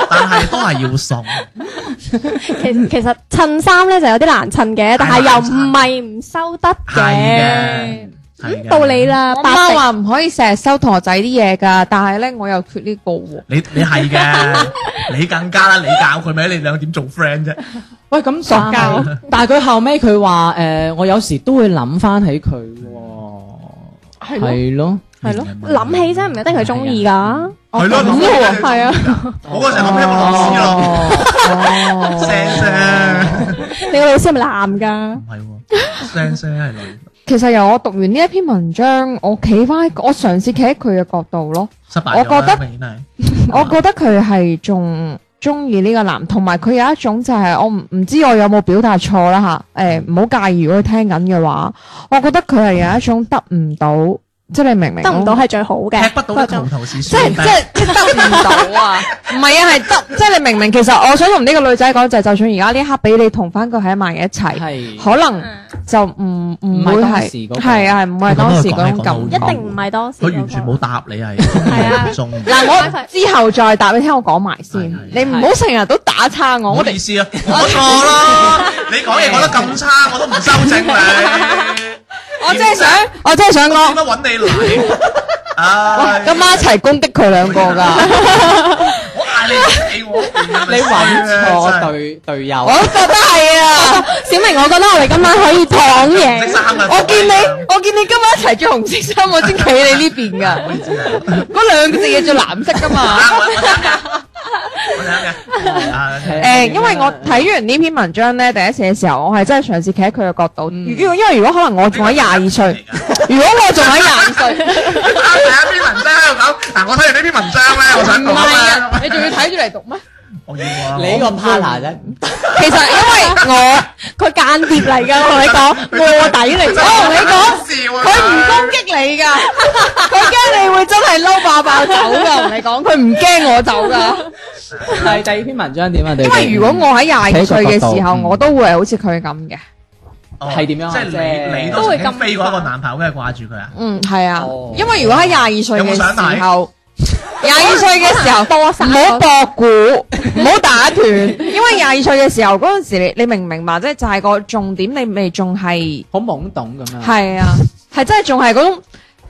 [SPEAKER 1] 但係都係要送。
[SPEAKER 4] 其其實襯衫咧就有啲難襯嘅，但係又唔係唔收得
[SPEAKER 1] 係
[SPEAKER 4] 嘅
[SPEAKER 1] 嘅。係嘅
[SPEAKER 4] 咁到你啦，
[SPEAKER 3] 我
[SPEAKER 4] 白
[SPEAKER 3] 媽
[SPEAKER 4] 迪
[SPEAKER 3] 話唔可以成日收同學仔啲嘢㗎，但係咧我又缺呢個喎。
[SPEAKER 1] 你你係嘅，你更加啦！你教佢咪，你兩點做 friend 啫？
[SPEAKER 2] 喂，咁但
[SPEAKER 3] 啊
[SPEAKER 2] 係但係佢後尾佢話誒，我有時都會諗翻起佢喎，係咯，
[SPEAKER 3] 係咯，
[SPEAKER 4] 諗起真係唔一定佢中意㗎。
[SPEAKER 1] 係咯，諗
[SPEAKER 4] 喎
[SPEAKER 1] 起
[SPEAKER 4] 係啊，
[SPEAKER 1] 我嗰陣諗起我老師咯，
[SPEAKER 3] 哦，
[SPEAKER 1] 聲聲
[SPEAKER 4] 你個老師係咪男㗎？
[SPEAKER 1] 唔係喎，聲聲係女，
[SPEAKER 3] 其實由我讀完呢一篇文章，我企翻喺我嘗試企喺佢嘅角度咯，
[SPEAKER 1] 失敗
[SPEAKER 3] 我
[SPEAKER 1] 咗啦
[SPEAKER 3] 覺得
[SPEAKER 1] 明顯係。
[SPEAKER 3] 我覺得佢係仲中意呢個男，同埋佢有一種就係我唔唔知我有冇表達錯啦吓，誒唔好介意，如果佢聽緊嘅話，我覺得佢係有一種得唔到，即係你明唔明？啊
[SPEAKER 4] 得唔到係最好嘅，
[SPEAKER 1] 踢不到的頭頭是
[SPEAKER 3] 即
[SPEAKER 1] 孫，
[SPEAKER 3] 係即係即係得唔到啊！唔係啊，係得即係你明明其實我想同呢個女仔講就係，就算而家呢一刻俾你同翻佢喺埋一齊，
[SPEAKER 2] 哦係
[SPEAKER 3] 可能就唔唔會
[SPEAKER 2] 唔係當時
[SPEAKER 3] 係
[SPEAKER 2] 嗰個
[SPEAKER 3] 係啊，係唔係當時嗰種
[SPEAKER 1] 我
[SPEAKER 3] 感
[SPEAKER 1] 覺
[SPEAKER 4] 一
[SPEAKER 3] 覺
[SPEAKER 1] 得佢講得好。
[SPEAKER 4] 定唔係當時嗰
[SPEAKER 1] 佢
[SPEAKER 4] 個
[SPEAKER 1] 完全冇答你係係中意。
[SPEAKER 3] 嗱，我之後再答你，聽我講埋先
[SPEAKER 1] 係係。
[SPEAKER 3] 你唔好成日都打岔我，
[SPEAKER 1] 唔
[SPEAKER 3] 我
[SPEAKER 1] 好
[SPEAKER 3] 哋
[SPEAKER 1] 意思啊，我錯啦！你講嘢講得咁差，我都唔修正你。
[SPEAKER 3] 我真係想，我真係想
[SPEAKER 1] 點
[SPEAKER 3] 講，
[SPEAKER 1] 解揾你嚟？唉，
[SPEAKER 3] 今晚一齊攻擊佢兩個 㗎。
[SPEAKER 1] 我嗌你你我，
[SPEAKER 2] 你揾錯 隊隊友
[SPEAKER 3] 我，覺得係啊，
[SPEAKER 4] 小明，我覺得我哋今晚可以 躺
[SPEAKER 1] 真係
[SPEAKER 4] 贏。
[SPEAKER 1] 衫啊！
[SPEAKER 3] 我見你，我見你今晚一齊着紅色衫，我先企你呢邊 㗎。嗰兩隻嘢着藍色㗎嘛。
[SPEAKER 1] 我睇嘅啊
[SPEAKER 3] 誒、因為我睇完呢篇文章咧，第一次嘅時候，我係真係嘗試企喺佢嘅角度。
[SPEAKER 1] 嗯
[SPEAKER 3] 如果因為如果可能我仲喺廿二 歲，如果我仲喺廿二歲，
[SPEAKER 1] 啱睇一篇文章喺度講嗱，我睇完呢篇文章咧，我 想
[SPEAKER 3] 唔
[SPEAKER 1] 講
[SPEAKER 3] 係
[SPEAKER 1] 咧，
[SPEAKER 3] 啊，你仲要睇住嚟讀咩？
[SPEAKER 1] 我要啊，
[SPEAKER 2] 你個 partner 啫，
[SPEAKER 3] 其實因為我，
[SPEAKER 4] 佢間諜 嚟㗎，我同你講，卧底嚟㗎。
[SPEAKER 3] 我同你講，
[SPEAKER 1] 講，
[SPEAKER 3] 佢唔攻擊你㗎， 佢驚你會真係嬲爆爆走㗎。我同你講，佢唔驚我走㗎。
[SPEAKER 2] 係第二篇文章點啊？
[SPEAKER 3] 因為如果我喺廿二歲嘅時候，
[SPEAKER 2] 嗯
[SPEAKER 3] 我都會係好似佢咁嘅。
[SPEAKER 2] 係點樣啊
[SPEAKER 1] 即係你你
[SPEAKER 2] 都
[SPEAKER 1] 都
[SPEAKER 4] 會
[SPEAKER 1] 曾
[SPEAKER 4] 咁
[SPEAKER 1] 經飛過一個男朋友，跟住掛住佢啊？
[SPEAKER 3] 嗯，係啊
[SPEAKER 2] 哦，
[SPEAKER 3] 因為如果喺廿二歲
[SPEAKER 1] 有冇
[SPEAKER 3] 嘅
[SPEAKER 1] 想睇
[SPEAKER 3] 時候，廿二歲嘅時候，
[SPEAKER 4] 多晒
[SPEAKER 3] 唔好博估，唔好打斷，因為廿二歲嘅時候嗰陣時，你你明唔明白？即係就係個重點，你未仲係
[SPEAKER 2] 好懵懂咁樣，
[SPEAKER 3] 係啊，係真係仲係嗰種，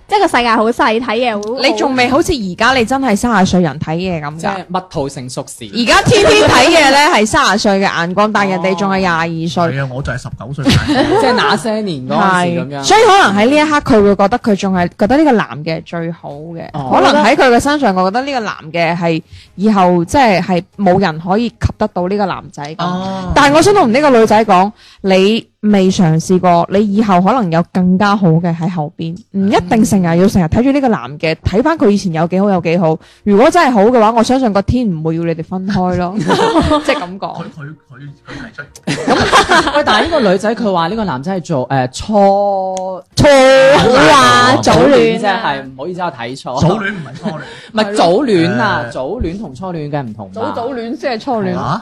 [SPEAKER 4] 即係個世界好細，睇嘢好。
[SPEAKER 3] 你仲未好似而家你真係三十歲人睇嘢咁
[SPEAKER 2] 即
[SPEAKER 3] 㗎。
[SPEAKER 2] 係蜜桃成熟 時，
[SPEAKER 3] 而家天天睇嘢咧係三十歲嘅眼光，但係人哋
[SPEAKER 2] 哦
[SPEAKER 3] 仲係廿二歲，
[SPEAKER 1] 係啊，我就係十九歲大嘅。
[SPEAKER 2] 即係那些年嗰陣時咁
[SPEAKER 3] 係，
[SPEAKER 2] 樣。
[SPEAKER 3] 所以可能喺呢一刻佢會覺得佢仲係覺得呢個男嘅係最好嘅，
[SPEAKER 2] 哦
[SPEAKER 3] 可能喺佢嘅身上，我覺得呢個男嘅係以後即係係冇人可以及得到呢個男仔咁。
[SPEAKER 1] 哦
[SPEAKER 3] 但係我想同呢個女仔講，你未嘗試過，你以後可能有更加好嘅喺後邊，唔一定成日要成日睇住呢個男嘅，睇翻佢以前有幾好有幾好。如果真係好嘅話，我相信個天唔會要你哋分開 咯，即係咁講
[SPEAKER 1] 佢。佢佢佢提出，
[SPEAKER 2] 喂，但係呢個女仔佢話呢個男仔係做誒初
[SPEAKER 3] 錯
[SPEAKER 4] 話早戀
[SPEAKER 2] 即
[SPEAKER 4] 啊
[SPEAKER 2] 係唔好意思，我睇錯。
[SPEAKER 1] 早戀唔係初戀
[SPEAKER 2] 唔係早戀啊，
[SPEAKER 1] 誒
[SPEAKER 2] 早戀同初戀梗係唔同啦。
[SPEAKER 3] 戀先係初
[SPEAKER 1] 嚇，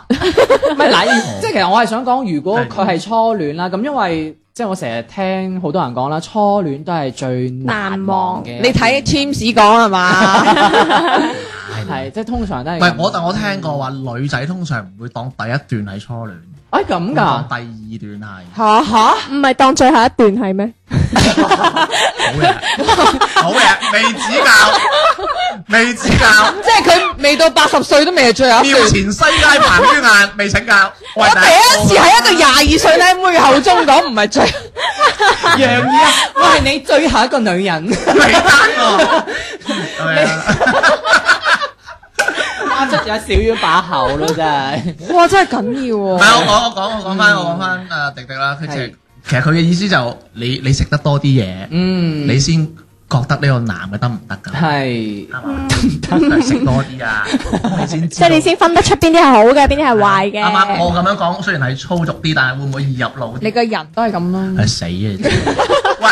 [SPEAKER 2] 唔係 嗱，即係其實我係想講，如果佢係初戀啦，咁因為即係我成日聽好多人講啦，初戀都係最難忘嘅。
[SPEAKER 3] 你睇 Teams 講係嘛？
[SPEAKER 2] 係即係通常都係啊
[SPEAKER 1] 唔
[SPEAKER 2] 咁。
[SPEAKER 1] 係我但我聽過話女仔通常唔會當第一段係初戀，
[SPEAKER 2] 哎咁
[SPEAKER 1] 會
[SPEAKER 2] 㗎
[SPEAKER 1] 當，第二段 係。
[SPEAKER 3] 嚇嚇，
[SPEAKER 4] 唔係當最後一段係咩？
[SPEAKER 1] 好嘢，好嘢，未指教，未指教，
[SPEAKER 3] 即係佢未到八十歲都未係 最後一
[SPEAKER 1] 廟
[SPEAKER 3] 段。
[SPEAKER 1] 前西街彭于晏未請教，
[SPEAKER 3] 我
[SPEAKER 1] 我
[SPEAKER 3] 第一次喺一個廿二歲靚妹嘅口中講唔係最，
[SPEAKER 2] 楊怡啊，我係你最後一個女 人。
[SPEAKER 1] 未單喎，係啊
[SPEAKER 2] 啱出咗小於把口咯，真係。
[SPEAKER 3] 哇真係緊要
[SPEAKER 1] 唔
[SPEAKER 3] 喎！
[SPEAKER 1] 啊係我講我講我講翻我講翻誒迪迪啦，佢其實其實佢嘅意思就你你食得多啲嘢，
[SPEAKER 2] 嗯，
[SPEAKER 1] 你先覺得呢個男嘅得唔得㗎？
[SPEAKER 2] 系
[SPEAKER 1] 啱嘛？得食多啲啊，你先
[SPEAKER 4] 即係你先分得出邊啲係好嘅，邊啲係壞嘅。
[SPEAKER 1] 啱啱我咁樣講，雖然係粗俗啲，但係會唔會易入腦啲？
[SPEAKER 3] 你個人都係咁咯
[SPEAKER 1] 係。死啊！ 喂，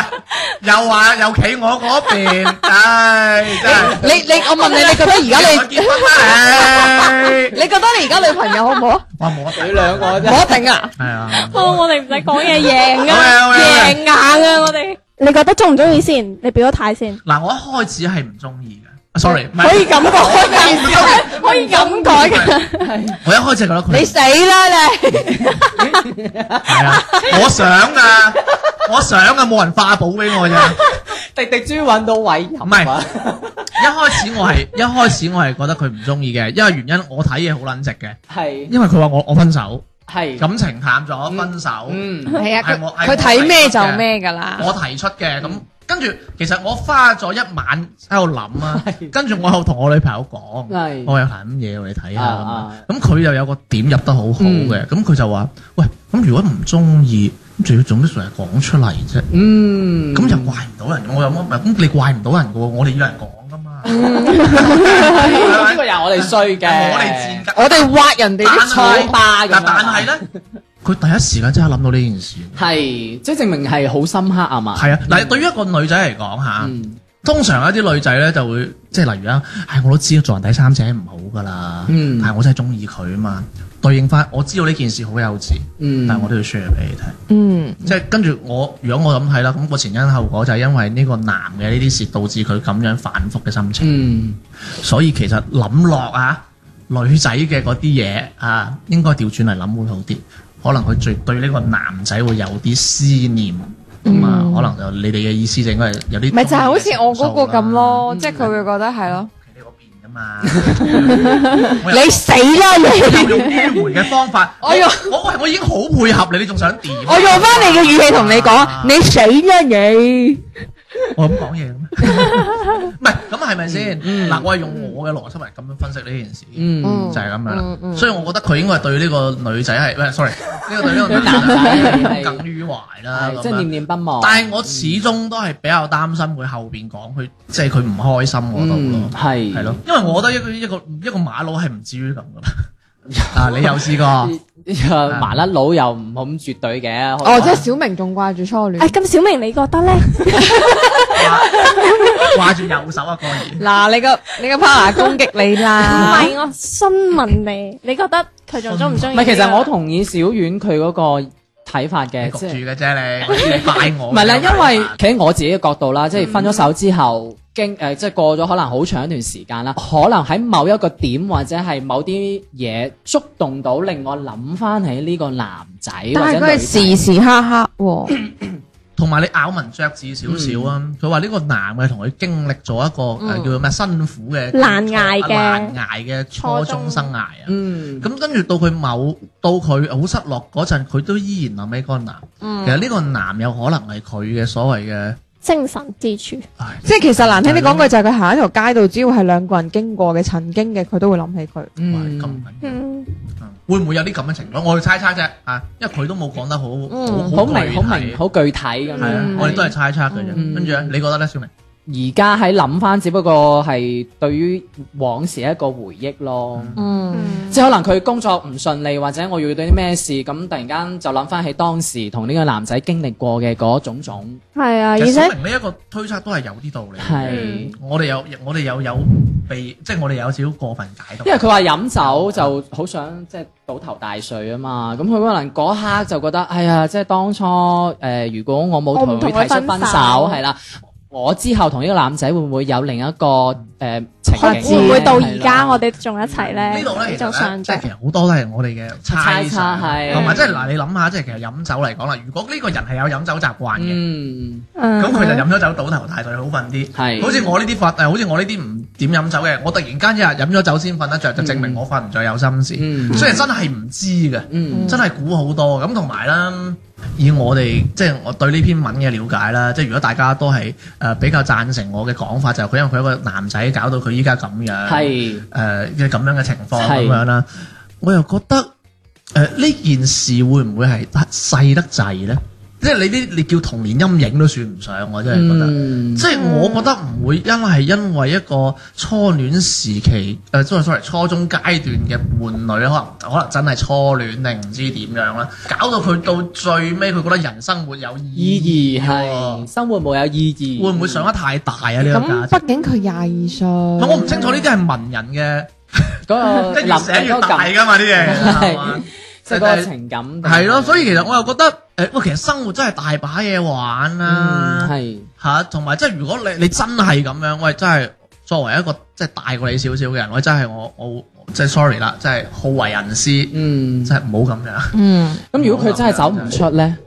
[SPEAKER 1] 又話又企我嗰邊，唉，真係
[SPEAKER 3] 你你我問你，你覺得而 家
[SPEAKER 1] 我
[SPEAKER 3] 你
[SPEAKER 1] 結婚啦，唉
[SPEAKER 3] 你覺得你而家女朋友好唔好啊？
[SPEAKER 1] 我冇得
[SPEAKER 2] 你兩個啫，
[SPEAKER 3] 冇得頂啊！
[SPEAKER 1] 係啊，
[SPEAKER 4] 哦，我哋唔使講嘢，贏
[SPEAKER 1] 好
[SPEAKER 4] 啊，
[SPEAKER 1] 嘅好嘅
[SPEAKER 4] 贏硬啊，我哋。你覺得中唔中意先？你表咗態先，
[SPEAKER 1] 嗱，我一開始係唔中意嘅啊，sorry，唔
[SPEAKER 4] 可以
[SPEAKER 1] 係，
[SPEAKER 4] 咁改，可以咁改嘅。
[SPEAKER 1] 我一開始係覺得
[SPEAKER 3] 你
[SPEAKER 1] 佢
[SPEAKER 3] 死啦你！
[SPEAKER 1] 係啊，我想啊，我想啊，冇人化寶俾我咋。
[SPEAKER 2] 滴滴豬揾到位啊入
[SPEAKER 1] 唔係一開始我係一開始我係覺得佢唔中意嘅，因為原因我睇嘢好撚直嘅，
[SPEAKER 2] 係
[SPEAKER 1] 因為佢話我我分手，
[SPEAKER 2] 係
[SPEAKER 1] 感情淡咗，分手，
[SPEAKER 2] 嗯
[SPEAKER 3] 係啊，
[SPEAKER 1] 係
[SPEAKER 3] 佢
[SPEAKER 1] 我係
[SPEAKER 3] 佢睇咩就
[SPEAKER 1] 我提出嘅
[SPEAKER 3] 咩㗎啦。
[SPEAKER 1] 我提出嘅咁。跟住，其實我花咗一晚喺度諗啊，跟住我又同我女朋友講，
[SPEAKER 2] 係
[SPEAKER 1] 我有諗嘢喎，你睇下
[SPEAKER 2] 啊
[SPEAKER 1] 咁
[SPEAKER 2] 啊
[SPEAKER 1] 啊咁佢又有個點入得好好嘅，咁佢就話：喂，咁如果唔中意，咁仲要做咩成日講出嚟啫？
[SPEAKER 2] 嗯
[SPEAKER 1] 咁又怪唔到人，我有乜？咁你怪唔到人嘅喎，我哋要人講噶嘛，
[SPEAKER 2] 呢個又係我哋衰嘅，
[SPEAKER 1] 我哋賤格。
[SPEAKER 3] 我哋挖人哋
[SPEAKER 1] 但
[SPEAKER 3] 啲
[SPEAKER 1] 係
[SPEAKER 2] 瘡疤咁樣啊
[SPEAKER 1] 但但係咧，佢第一時間即刻諗到呢件事。
[SPEAKER 2] 係即係證明係好深刻啊嘛，
[SPEAKER 1] 係啊，嗱，對於一個女仔嚟講嚇，
[SPEAKER 2] 嗯
[SPEAKER 1] 通常有一啲女仔咧就會即係例如啦，啊唉，我都知道做人第三者唔好噶啦，
[SPEAKER 2] 嗯
[SPEAKER 1] 但係我真係中意佢啊嘛。對應翻，我知道呢件事好幼稚，
[SPEAKER 2] 嗯，
[SPEAKER 1] 但係我都要 share 俾你聽。
[SPEAKER 3] 嗯，
[SPEAKER 1] 即係跟住我，如果我咁睇啦，咁個前因後果就係因為呢個男嘅呢啲事導致佢咁樣反覆嘅心情。
[SPEAKER 2] 嗯
[SPEAKER 1] 所以其實諗落啊，女仔嘅嗰啲嘢啊，應該調轉嚟諗會好啲。可能佢最對呢個男仔會有啲思念，咁啊、
[SPEAKER 2] 嗯
[SPEAKER 1] 可能就你哋嘅意思就應該係有啲
[SPEAKER 3] 咪就係好似我嗰個咁咯，
[SPEAKER 2] 嗯
[SPEAKER 3] 即係佢會覺得係咯。
[SPEAKER 1] 你嗰邊噶啊嘛，我又
[SPEAKER 3] 你死啦你！
[SPEAKER 1] 我用迂迴嘅方法，
[SPEAKER 3] 我用
[SPEAKER 1] 我我我已經好配合你，你仲想點？
[SPEAKER 3] 我用翻你嘅語氣同你
[SPEAKER 1] 啊
[SPEAKER 3] 講，你死啦你！
[SPEAKER 1] 我咁講嘢嘅咩？唔係咁係咪先？嗱，我係用我嘅邏輯嚟咁樣分析呢件事。
[SPEAKER 2] 嗯
[SPEAKER 3] 嗯
[SPEAKER 1] 就係咁樣啦
[SPEAKER 3] 嗯。嗯
[SPEAKER 1] 所以我覺得佢應該係對呢個女仔係，喂，sorry，呢個對呢個
[SPEAKER 2] 男
[SPEAKER 1] 男
[SPEAKER 2] 仔係
[SPEAKER 1] 仔耿於懷啦。
[SPEAKER 2] 係
[SPEAKER 1] 咁
[SPEAKER 2] 即係念
[SPEAKER 1] 樣
[SPEAKER 2] 念不忘，嗯
[SPEAKER 1] 但係我始終都係比較擔心佢後邊講佢，即係佢唔開心嗰度
[SPEAKER 2] 嗯
[SPEAKER 1] 咯。
[SPEAKER 2] 係
[SPEAKER 1] 係咯， 因為我覺得一個一個一個馬佬係唔至於咁噶嘛。 啊，你有試過？
[SPEAKER 2] 啊麻甩佬又唔好咁絕對嘅，
[SPEAKER 3] 哦，即係小明仲掛住初戀。
[SPEAKER 4] 哎誒，咁小明你覺得咧？
[SPEAKER 1] 掛住右手啊，哥兒。
[SPEAKER 3] 嗱，你個你個 partner 攻擊你
[SPEAKER 4] 唔
[SPEAKER 3] 啦，
[SPEAKER 4] 係，我詢問你，你覺得佢仲中唔中意
[SPEAKER 2] 唔
[SPEAKER 4] 呢個？
[SPEAKER 2] 係其實我同意小丸佢嗰個睇法
[SPEAKER 1] 啊你
[SPEAKER 2] 嘅，
[SPEAKER 1] 焗
[SPEAKER 2] 即係
[SPEAKER 1] 住。嘅啫，你你怪我。
[SPEAKER 2] 唔係啦，因為企喺我自己嘅角度啦，即係分咗手之後，經誒、即係過咗可能好長一段時間啦，可能喺某一個點或者係某啲嘢觸動到，令我諗翻起呢個男仔
[SPEAKER 3] 但
[SPEAKER 2] 或
[SPEAKER 3] 係
[SPEAKER 2] 者
[SPEAKER 3] 佢係
[SPEAKER 2] 女
[SPEAKER 3] 時
[SPEAKER 2] 仔。
[SPEAKER 3] 時刻刻喎。
[SPEAKER 1] 同埋你咬文嚼字少少啊！佢話呢個男嘅同佢經歷咗一個誒叫做咩辛苦嘅
[SPEAKER 4] 難捱嘅
[SPEAKER 1] 難捱嘅初中生涯啊！
[SPEAKER 2] 嗯，
[SPEAKER 1] 咁跟住到佢某到佢好失落嗰陣，佢都依然諗起嗰個男。其實呢個男有可能係佢嘅所謂嘅，
[SPEAKER 4] 精神支柱，
[SPEAKER 1] 唉
[SPEAKER 3] 即係其實難聽啲講句就係佢行喺條街度，只要係兩個人經過嘅曾經嘅，佢都會諗起佢。
[SPEAKER 1] 喂
[SPEAKER 2] 嗯
[SPEAKER 1] 咁緊要
[SPEAKER 4] 嗯，
[SPEAKER 1] 啊會唔會有啲咁嘅情況？我哋猜猜啫啊，因為佢都冇講得好
[SPEAKER 2] 嗯好
[SPEAKER 1] 好
[SPEAKER 2] 明好明
[SPEAKER 1] 好
[SPEAKER 2] 好具體咁
[SPEAKER 1] 具體係啊！
[SPEAKER 2] 樣。
[SPEAKER 1] 我哋都係猜測嘅啫。
[SPEAKER 2] 嗯
[SPEAKER 1] 跟住咧，你覺得咧，小明？
[SPEAKER 2] 而家喺諗翻，只不過係對於往事一個回憶咯。
[SPEAKER 3] 嗯，
[SPEAKER 2] 即係可能佢工作唔順利，或者我遇到啲咩事，咁突然間就諗翻起當時同呢個男仔經歷過嘅嗰種種，
[SPEAKER 4] 係啊，而
[SPEAKER 1] 其實小
[SPEAKER 4] 且
[SPEAKER 1] 明呢一個推測都係有啲道理嘅。
[SPEAKER 2] 係。
[SPEAKER 1] 我哋有我哋有有被，即係我哋有少少過分解讀。
[SPEAKER 2] 因為佢話飲酒就好想即係倒頭大睡啊嘛，咁佢可能嗰刻就覺得，哎呀，即係當初誒、呃如果我冇
[SPEAKER 4] 我
[SPEAKER 2] 同
[SPEAKER 4] 唔
[SPEAKER 2] 佢
[SPEAKER 4] 同佢
[SPEAKER 2] 提出分
[SPEAKER 4] 分
[SPEAKER 2] 手，
[SPEAKER 4] 手
[SPEAKER 2] 係啦，我之後同呢個男仔會唔會有另一個誒、呃情
[SPEAKER 4] 可能
[SPEAKER 2] 景？
[SPEAKER 4] 會唔會到而
[SPEAKER 2] 係
[SPEAKER 4] 家
[SPEAKER 2] 咯
[SPEAKER 4] 我哋仲一齊咧？
[SPEAKER 1] 嗯呢度咧，其
[SPEAKER 4] 就
[SPEAKER 1] 實
[SPEAKER 4] 上
[SPEAKER 1] 咧，即係
[SPEAKER 4] 咗
[SPEAKER 1] 其實好多都係我哋嘅猜
[SPEAKER 2] 猜測係
[SPEAKER 1] 測，同埋即係嗱，你諗下，即係其實飲酒嚟講啦，如果呢個人係有飲酒習慣嘅，
[SPEAKER 2] 嗯
[SPEAKER 4] 嗯
[SPEAKER 1] 咁佢就飲咗酒倒頭大睡好瞓啲。
[SPEAKER 2] 係
[SPEAKER 1] 好似我呢啲瞓誒，好似我呢啲唔點飲酒嘅，我突然間一日飲咗酒先瞓得着，就證明我瞓唔着有心事。
[SPEAKER 2] 嗯
[SPEAKER 1] 雖然真係唔知嘅，
[SPEAKER 2] 嗯
[SPEAKER 1] 真係估好多咁，同埋啦，以我哋即係我對呢篇文嘅了解啦，即係如果大家都係誒、呃比較贊成我嘅講法，就係、佢因為佢一個男仔搞到佢依家咁樣，
[SPEAKER 2] 係
[SPEAKER 1] 誒嘅咁樣嘅情況
[SPEAKER 2] 係
[SPEAKER 1] 咁樣啦，呃我又覺得誒呢、件事會唔會係細得滯咧？即係你啲你叫童年陰影都算唔上，我真係覺得。
[SPEAKER 2] 嗯
[SPEAKER 1] 即係我覺得唔會，因為係因為一個初戀時期，誒、s o r r y sorry，初中階段嘅伴侶，可能可能真係初戀定唔知點樣啦，搞到佢到最尾，佢覺得人生活有
[SPEAKER 2] 意
[SPEAKER 1] 意
[SPEAKER 2] 義
[SPEAKER 1] 義
[SPEAKER 2] 係
[SPEAKER 1] 喎，
[SPEAKER 2] 生活冇有意義，
[SPEAKER 1] 會唔會上得太大啊？呢、個價
[SPEAKER 3] 咁
[SPEAKER 1] 值，
[SPEAKER 3] 畢竟佢廿二歲，
[SPEAKER 1] 唔係我唔清楚呢啲係文人
[SPEAKER 2] 嗰
[SPEAKER 1] 嘅，
[SPEAKER 2] 個
[SPEAKER 1] 即係越寫
[SPEAKER 2] 諗嗰
[SPEAKER 1] 越
[SPEAKER 2] 個
[SPEAKER 1] 大
[SPEAKER 2] 感，
[SPEAKER 1] 㗎嘛啲 嘢，係嘛
[SPEAKER 2] 係即係嗰個情感。
[SPEAKER 1] 係咯，所以其實我又覺得，誒、呃喂，其實生活真係大把嘢玩啊啦、
[SPEAKER 2] 嗯係
[SPEAKER 1] 吓，同埋即係如果你你真係咁樣，喂，真係作為一個即係大過你少少嘅人，喂，真係我我即係 sorry 啦，真係好為人師，
[SPEAKER 2] 嗯，
[SPEAKER 1] 真係唔好咁樣。
[SPEAKER 3] 嗯
[SPEAKER 2] 咁如果佢真係走唔出咧，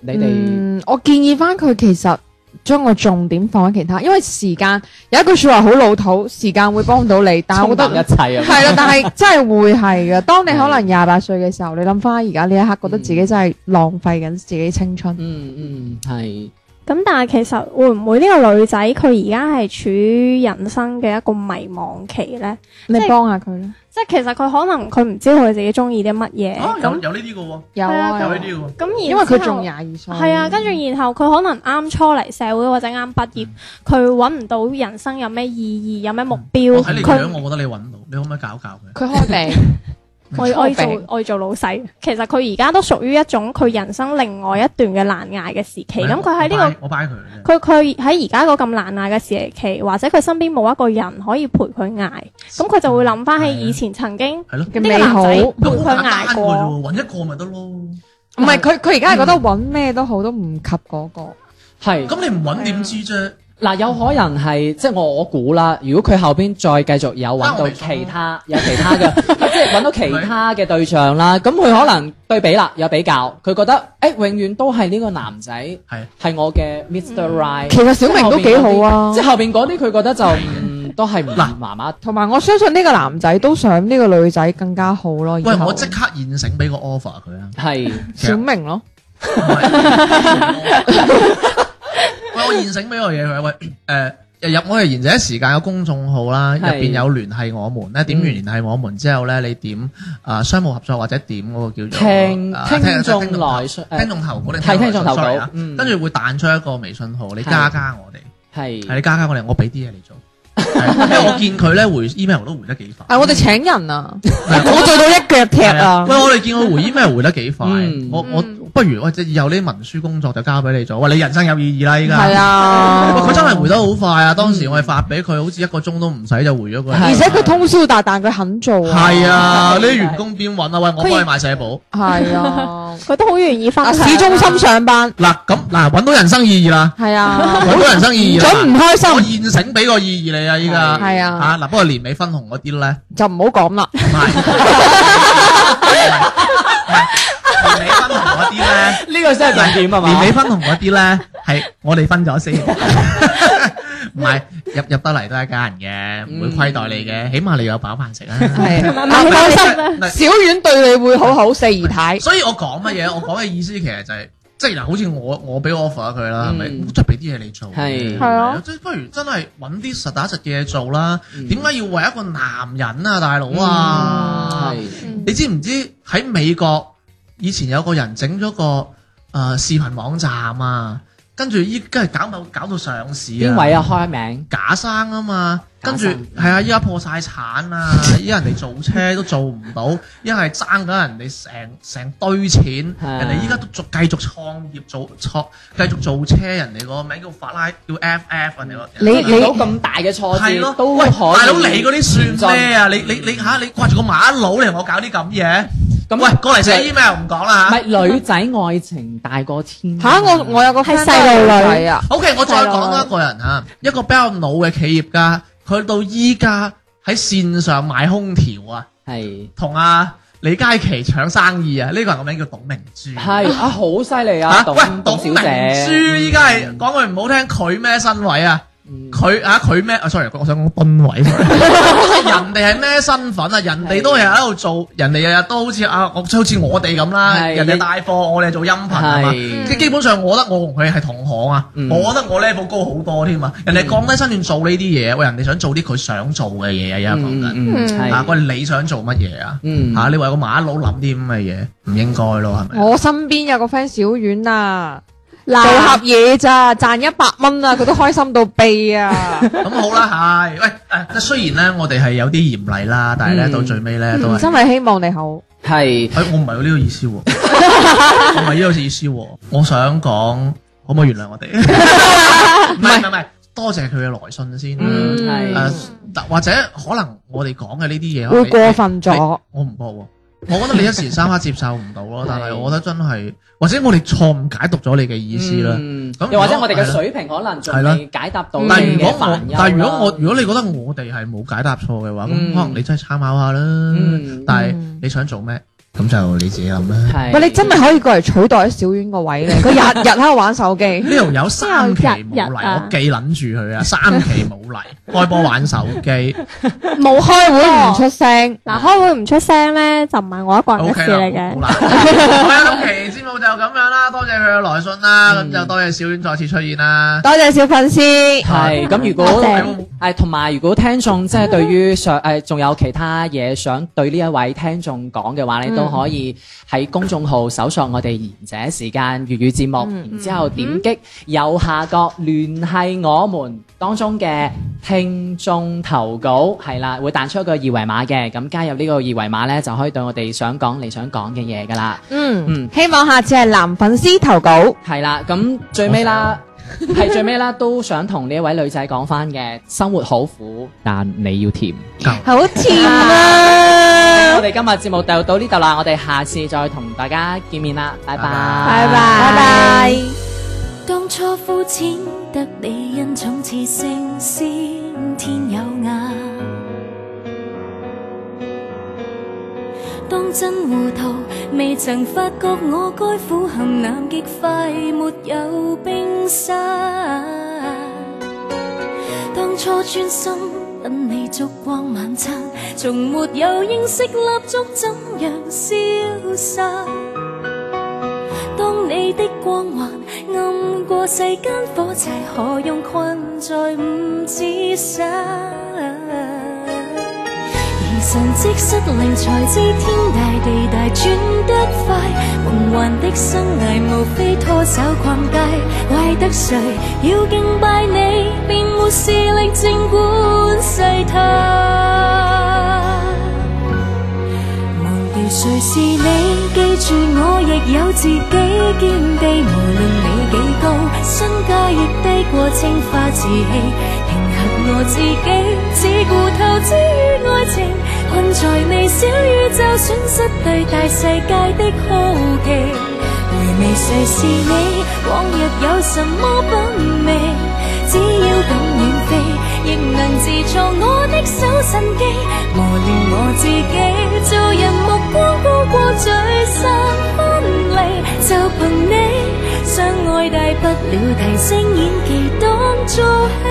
[SPEAKER 2] 你哋
[SPEAKER 3] 嗯，我建議翻佢其實將個重點放喺其他，因為時間有一句说話好老土，時間會幫到你，但係我
[SPEAKER 2] 衝
[SPEAKER 3] 覺
[SPEAKER 2] 淡
[SPEAKER 3] 得
[SPEAKER 2] 一。切啊，
[SPEAKER 3] 係啦，但係真係會係嘅。當你可能廿八歲嘅時候，你諗翻而家呢一刻，覺得自己真係浪費緊自己青春。
[SPEAKER 2] 嗯嗯係
[SPEAKER 4] 咁但係其實會唔會呢個女仔佢而家係處於人生嘅一個迷茫期呢？
[SPEAKER 3] 你
[SPEAKER 4] 即係
[SPEAKER 3] 幫下佢啦，
[SPEAKER 4] 即係其實佢可能佢唔知道佢自己中意啲乜嘢，
[SPEAKER 1] 啊，有
[SPEAKER 4] 哦咁
[SPEAKER 1] 有呢啲嘅喎，
[SPEAKER 3] 有
[SPEAKER 4] 啊
[SPEAKER 1] 有
[SPEAKER 3] 啊
[SPEAKER 1] 呢，啲嘅喎。
[SPEAKER 4] 咁然
[SPEAKER 3] 哦因為佢仲
[SPEAKER 4] 係
[SPEAKER 3] 廿二歲。
[SPEAKER 4] 啊，跟住然後佢可能啱初嚟社會或者啱畢業，
[SPEAKER 3] 嗯
[SPEAKER 4] 佢揾唔到人生有咩意義，有咩目標
[SPEAKER 1] 我，
[SPEAKER 3] 哦
[SPEAKER 1] 睇你樣，我
[SPEAKER 4] 佢
[SPEAKER 1] 覺得你揾到，你可唔可以教教佢？
[SPEAKER 3] 佢開病，
[SPEAKER 4] 我我要
[SPEAKER 3] 初
[SPEAKER 4] 做
[SPEAKER 3] 病
[SPEAKER 4] 我要做老細。其實佢而家都屬於一種佢人生另外一段嘅難捱嘅時期，咁佢喺呢個。
[SPEAKER 1] 啊個，我 buy 佢嘅啫。
[SPEAKER 4] 佢佢喺而家個咁難捱嘅時期，或者佢身邊冇一個人可以陪佢捱，咁佢就會諗翻起以前曾經呢
[SPEAKER 1] 係咯，
[SPEAKER 3] 嘅
[SPEAKER 4] 個
[SPEAKER 3] 嗯美
[SPEAKER 4] 男
[SPEAKER 3] 好，哦
[SPEAKER 4] 仔
[SPEAKER 3] 唔
[SPEAKER 4] 陪
[SPEAKER 1] 咁好簡
[SPEAKER 4] 佢
[SPEAKER 1] 單
[SPEAKER 4] 捱
[SPEAKER 1] 嘅
[SPEAKER 4] 過。
[SPEAKER 1] 啫喎，揾一個咪得咯。
[SPEAKER 3] 係佢佢而家係覺得揾咩都好都唔及嗰個。
[SPEAKER 2] 係。
[SPEAKER 1] 咁你唔揾點知啫？
[SPEAKER 2] 嗱，有可能係即係我我估啦。如果佢後邊再繼續有揾
[SPEAKER 1] 啊我
[SPEAKER 2] 到
[SPEAKER 1] 明白
[SPEAKER 2] 其他有 其他嘅，即係揾到其他嘅對象啦，咁佢可能對比啦，有比較，佢覺得誒、欸永遠都係呢個男仔
[SPEAKER 1] 係
[SPEAKER 2] 係我嘅 Mr. Right。
[SPEAKER 3] 其實小明都幾好啊
[SPEAKER 2] 即係後邊嗰啲佢覺得就嗯都係
[SPEAKER 1] 嗱
[SPEAKER 2] 唔麻麻。
[SPEAKER 3] 同埋我相信呢個男仔都想呢個女仔更加好咯。
[SPEAKER 1] 喂，
[SPEAKER 3] 以後
[SPEAKER 1] 我即刻現成俾個 offer 佢啊！
[SPEAKER 2] 係
[SPEAKER 3] 小明咯，
[SPEAKER 1] 喂，我現成俾個嘢佢，喂，誒、入入我哋賢者時間嘅公眾號啦，入
[SPEAKER 2] 係
[SPEAKER 1] 邊有聯繫我們咧，點完
[SPEAKER 2] 嗯
[SPEAKER 1] 聯繫我們之後咧，你點啊、商務合作或者點嗰個叫做
[SPEAKER 2] 聽
[SPEAKER 1] 啊
[SPEAKER 2] 聽眾
[SPEAKER 1] 聽投
[SPEAKER 2] 來信誒
[SPEAKER 1] 聽眾投稿，你
[SPEAKER 2] 係聽眾投稿
[SPEAKER 1] sorry 啊
[SPEAKER 2] 嗯
[SPEAKER 1] 跟住會彈出一個微信號，你加
[SPEAKER 2] 係
[SPEAKER 1] 加我哋，係
[SPEAKER 2] 係
[SPEAKER 1] 你加加我哋，我俾啲嘢你做。係因為我見佢咧回 email 都回得幾快，
[SPEAKER 3] 啊，我哋請人啊，
[SPEAKER 1] 係
[SPEAKER 3] 我做到一腳踢
[SPEAKER 1] 係啊
[SPEAKER 3] 啊
[SPEAKER 1] 喂，！我哋見佢回 email 回得幾快，
[SPEAKER 2] 嗯
[SPEAKER 1] 我我不如喂，即係以後呢啲文書工作就交俾你做，喂，你人生有意義啦，依家
[SPEAKER 3] 係啊，
[SPEAKER 1] 哇佢真係回得好快啊！當時我哋發俾佢，好似一個鐘都唔使就回咗佢。
[SPEAKER 2] 係
[SPEAKER 3] 而且佢通宵達旦，佢肯做啊。
[SPEAKER 1] 啊係啊，呢啲員工邊揾啊？喂，我幫你買社保。
[SPEAKER 3] 係 啊，
[SPEAKER 4] 佢都好願意分
[SPEAKER 3] 啊
[SPEAKER 4] 享啊。
[SPEAKER 3] 市中心上班，
[SPEAKER 1] 嗱咁嗱，揾到人生意義啦，
[SPEAKER 3] 係啊，
[SPEAKER 1] 揾到人生意義啦。
[SPEAKER 3] 準唔開
[SPEAKER 1] 我
[SPEAKER 3] 心
[SPEAKER 1] 現成俾個意義你啊！依家
[SPEAKER 3] 係啊
[SPEAKER 1] 嚇嗱，不過年尾分紅 嗰啲咧，
[SPEAKER 3] 就唔好講啦。
[SPEAKER 1] 唔係唔係年尾分紅嗰啲咧。
[SPEAKER 2] 呢個真係重點啊嘛。
[SPEAKER 1] 年尾分紅嗰啲咧，係我哋分咗先， 唔係入入得嚟都係一家人嘅，唔會虧待
[SPEAKER 2] 嗯
[SPEAKER 1] 你嘅，起碼你有飽飯食啊。
[SPEAKER 3] 係啊，
[SPEAKER 4] 唔開心啊
[SPEAKER 1] 嗱
[SPEAKER 3] 小遠對你會好好，四姨太。
[SPEAKER 1] 所以我講乜嘢？我講嘅意思其實就係、即係嗱，好似我我俾 offer 佢啦，係咪、
[SPEAKER 2] 嗯
[SPEAKER 1] 即係俾啲嘢你做，
[SPEAKER 2] 係
[SPEAKER 3] 係啊，
[SPEAKER 1] 即係不如真係揾啲實打實嘅嘢做啦。
[SPEAKER 2] 嗯
[SPEAKER 1] 點解、要為一個男人啊，大佬啊？
[SPEAKER 2] 係
[SPEAKER 1] 你知唔知喺美國以前有個人整咗個誒、呃、視頻網站啊，跟住依家係搞到搞到上市
[SPEAKER 2] 邊位？啊？開名
[SPEAKER 1] 假生啊嘛，跟住
[SPEAKER 2] 假生
[SPEAKER 1] 係啊，依家破晒產啊，依家人哋做車都做唔到， 一係爭緊人哋成成堆錢，
[SPEAKER 2] 係啊
[SPEAKER 1] 人哋依家都續繼續創業做創繼續做車，人哋個名叫法拉叫 FF，人哋個
[SPEAKER 3] 你
[SPEAKER 2] 遇到咁大嘅挫
[SPEAKER 1] 係
[SPEAKER 2] 折
[SPEAKER 1] 咯，
[SPEAKER 2] 都可
[SPEAKER 1] 喂，
[SPEAKER 2] 以
[SPEAKER 1] 大佬你嗰啲算咩
[SPEAKER 2] 啊？
[SPEAKER 1] 啊？你你你嚇你掛住個馬佬嚟同我搞啲咁嘢？
[SPEAKER 2] 咁啊
[SPEAKER 1] 喂，過嚟寫 email 唔講
[SPEAKER 2] 唔
[SPEAKER 1] 啦嚇。
[SPEAKER 2] 係女仔愛情大過天
[SPEAKER 3] 吓，我我有個
[SPEAKER 4] 係
[SPEAKER 3] friend
[SPEAKER 4] 細路女
[SPEAKER 3] 係啊，
[SPEAKER 1] OK，我再講多一個人嚇，一個比較老嘅企業家，佢到依家喺線上買空調啊，
[SPEAKER 2] 係
[SPEAKER 1] 同阿李佳琦搶生意啊！呢個人個名叫董明珠。
[SPEAKER 2] 係啊，好犀利
[SPEAKER 1] 嚇
[SPEAKER 2] 啊，董
[SPEAKER 1] 喂，
[SPEAKER 2] 董
[SPEAKER 1] 董
[SPEAKER 2] 小
[SPEAKER 1] 明
[SPEAKER 2] 姐，
[SPEAKER 1] 珠依家係講句唔好聽，佢咩身位啊？
[SPEAKER 2] 嗯
[SPEAKER 1] 佢啊佢咩啊？sorry，我想講噸位。 人哋係咩身份啊？人哋都係喺度做，人哋日日都好似啊，我好似我哋咁啦，
[SPEAKER 2] 係
[SPEAKER 1] 人哋帶貨，我哋做音頻啊嘛。
[SPEAKER 2] 係
[SPEAKER 1] 即基本上，我覺得我同佢係同行啊，
[SPEAKER 2] 嗯
[SPEAKER 1] 我覺得我 level 高好多添啊。人哋降低身段做呢啲嘢，喂，人哋想做啲佢想做嘅嘢啊，而家講緊
[SPEAKER 2] 嗯係
[SPEAKER 1] 啊，喂，你想做乜嘢啊？
[SPEAKER 2] 嗯哦
[SPEAKER 1] 嚇，你為個馬佬諗啲咁嘅嘢，唔應該咯，係咪？
[SPEAKER 3] 我身邊有個 friend 小遠啊，
[SPEAKER 4] 嗱，
[SPEAKER 3] 做盒嘢咋，賺一百蚊啊，佢都開心到痹啊！
[SPEAKER 1] 咁好啦，係喂，誒即係雖然咧，我哋係有啲嚴厲啦，但係咧
[SPEAKER 2] 嗯
[SPEAKER 1] 到最尾咧都
[SPEAKER 3] 嗯
[SPEAKER 1] 係
[SPEAKER 3] 真，係希望你好。
[SPEAKER 2] 係
[SPEAKER 1] 誒我唔係有呢個 意思喎，我唔係呢個意思喎，我想講可唔可以原諒 我哋？唔係唔係唔係，多謝佢嘅來信先
[SPEAKER 2] 嗯
[SPEAKER 1] 啦。
[SPEAKER 2] 係
[SPEAKER 1] 誒，嗱呃或者可能我哋講嘅呢啲嘢
[SPEAKER 3] 會
[SPEAKER 1] 你
[SPEAKER 3] 過分咗
[SPEAKER 1] 你我唔覺喎。我覺得你一時三刻接受唔 到咯，但係我覺得真係，或者我哋錯誤解讀咗你嘅意思啦。
[SPEAKER 2] 嗯
[SPEAKER 1] 咁
[SPEAKER 2] 又或者
[SPEAKER 1] 如果
[SPEAKER 2] 我哋嘅
[SPEAKER 1] 係啦
[SPEAKER 2] 水平可能仲
[SPEAKER 1] 係啦
[SPEAKER 2] 未解答到
[SPEAKER 3] 嗯
[SPEAKER 2] 你
[SPEAKER 1] 但係如果
[SPEAKER 2] 嘅
[SPEAKER 1] 我
[SPEAKER 2] 煩憂，啦
[SPEAKER 1] 但係如果我，如果你覺得我哋係冇解答錯嘅話，咁
[SPEAKER 2] 嗯
[SPEAKER 1] 可能你真係參考下啦。
[SPEAKER 2] 嗯
[SPEAKER 1] 但係你想做咩，咁就你自己諗啦。
[SPEAKER 2] 係
[SPEAKER 3] 喂，你真係可以過嚟取代小丸個位咧？佢日日喺度玩手機，
[SPEAKER 1] 呢度有三期冇
[SPEAKER 4] 邊有日
[SPEAKER 1] 嚟，
[SPEAKER 4] 日啊
[SPEAKER 1] 我記撚住佢啊！三期冇嚟，開波玩手機
[SPEAKER 4] 冇開
[SPEAKER 3] 會唔
[SPEAKER 4] 會唔出
[SPEAKER 3] 出聲。
[SPEAKER 4] 嗱，開會唔出聲咧，就唔係我一個人嘅
[SPEAKER 1] ，OK
[SPEAKER 4] 事
[SPEAKER 1] 啦
[SPEAKER 4] 嚟，嘅
[SPEAKER 1] 好。啦。好 啦今期節目就咁樣啦，多謝佢嘅來信啦，咁就多謝小丸再次出現啦。
[SPEAKER 3] 多謝小粉絲，
[SPEAKER 2] 係咁，如
[SPEAKER 4] 嗯多
[SPEAKER 2] 果
[SPEAKER 4] 謝
[SPEAKER 2] 誒同埋如果聽眾即係對於上誒仲有其他嘢想對呢一位聽眾講嘅話
[SPEAKER 4] 嗯
[SPEAKER 2] 咧，都可以喺公眾號搜索我哋賢者時間粵語節目，
[SPEAKER 4] 嗯
[SPEAKER 2] 然之後點擊右下角聯繫我們當中嘅聽眾投稿，係啦，會彈出一個二維碼嘅，咁加入呢個二維碼咧就可以對我哋想講你想講嘅嘢噶啦，嗯
[SPEAKER 3] 嗯，希望下次係男粉絲投稿。
[SPEAKER 2] 係啦，咁最尾啦。係最尾啦，都想同呢一位女仔講翻嘅，生活好苦，但你要甜。
[SPEAKER 3] 好甜啊！
[SPEAKER 2] 我哋今日節目就到呢度啦，我哋下次再同大家見面啦，拜拜，
[SPEAKER 4] 拜
[SPEAKER 2] 拜
[SPEAKER 4] 拜，拜拜。
[SPEAKER 8] 当初肤浅得你恩宠似星先天有眼，当真糊涂未曾發覺我該苦含南極快沒有冰山。當初專心等你燭光晚餐，從沒有認識蠟燭怎樣消散。當你的光環暗過世間火柴，何用困在五指山？而神迹失靈才知天大地大轉得快，夢幻的生涯無非拖手逛街，怪得誰要敬拜你，便沒視力靜管世態。忘掉誰是你，記住我亦有自己見地。無論你幾高，身價亦低過青花瓷器。平衡我自己，只顧投資於愛情，困在你小宇宙，損失對大世界的好奇。回味誰是你，往日有什麼品味？只要敢遠飛，亦能自創我的手神機，磨練我自己。做人目光高過聚散分離，就憑你相愛大不了提升演技當做戲。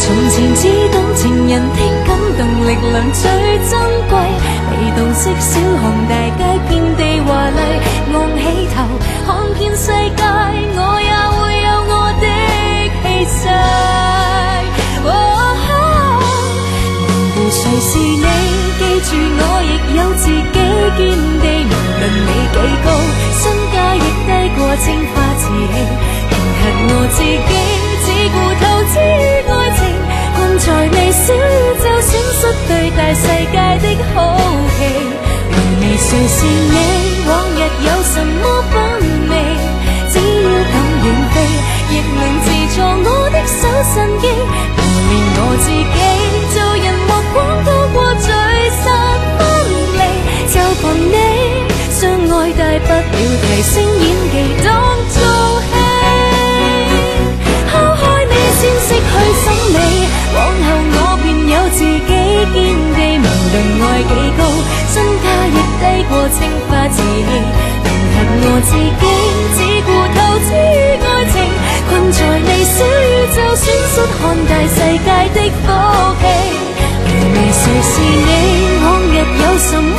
[SPEAKER 8] 從前只懂情人的感動力量最珍貴，被動式小巷大街遍地華麗，昂起頭看遍世界，我也會有我的氣勢。哦忘掉誰是你，記住我亦有自己見地，無論你幾高，身價亦低過青花瓷器。平衡我自己，只顧投資於愛情，困在你小宇宙，損失對大世界的好奇。回味誰是你，往日有什麼品味？只要敢遠飛，亦能自創我的手神機，磨練我自己，做人目光高過聚散分離，就憑你相愛，大不了提升演技當做戲。拋開你先識去審美，往後我便有自己見地。無論愛幾高，身價亦低過青花瓷器。平衡我自己，只顧什么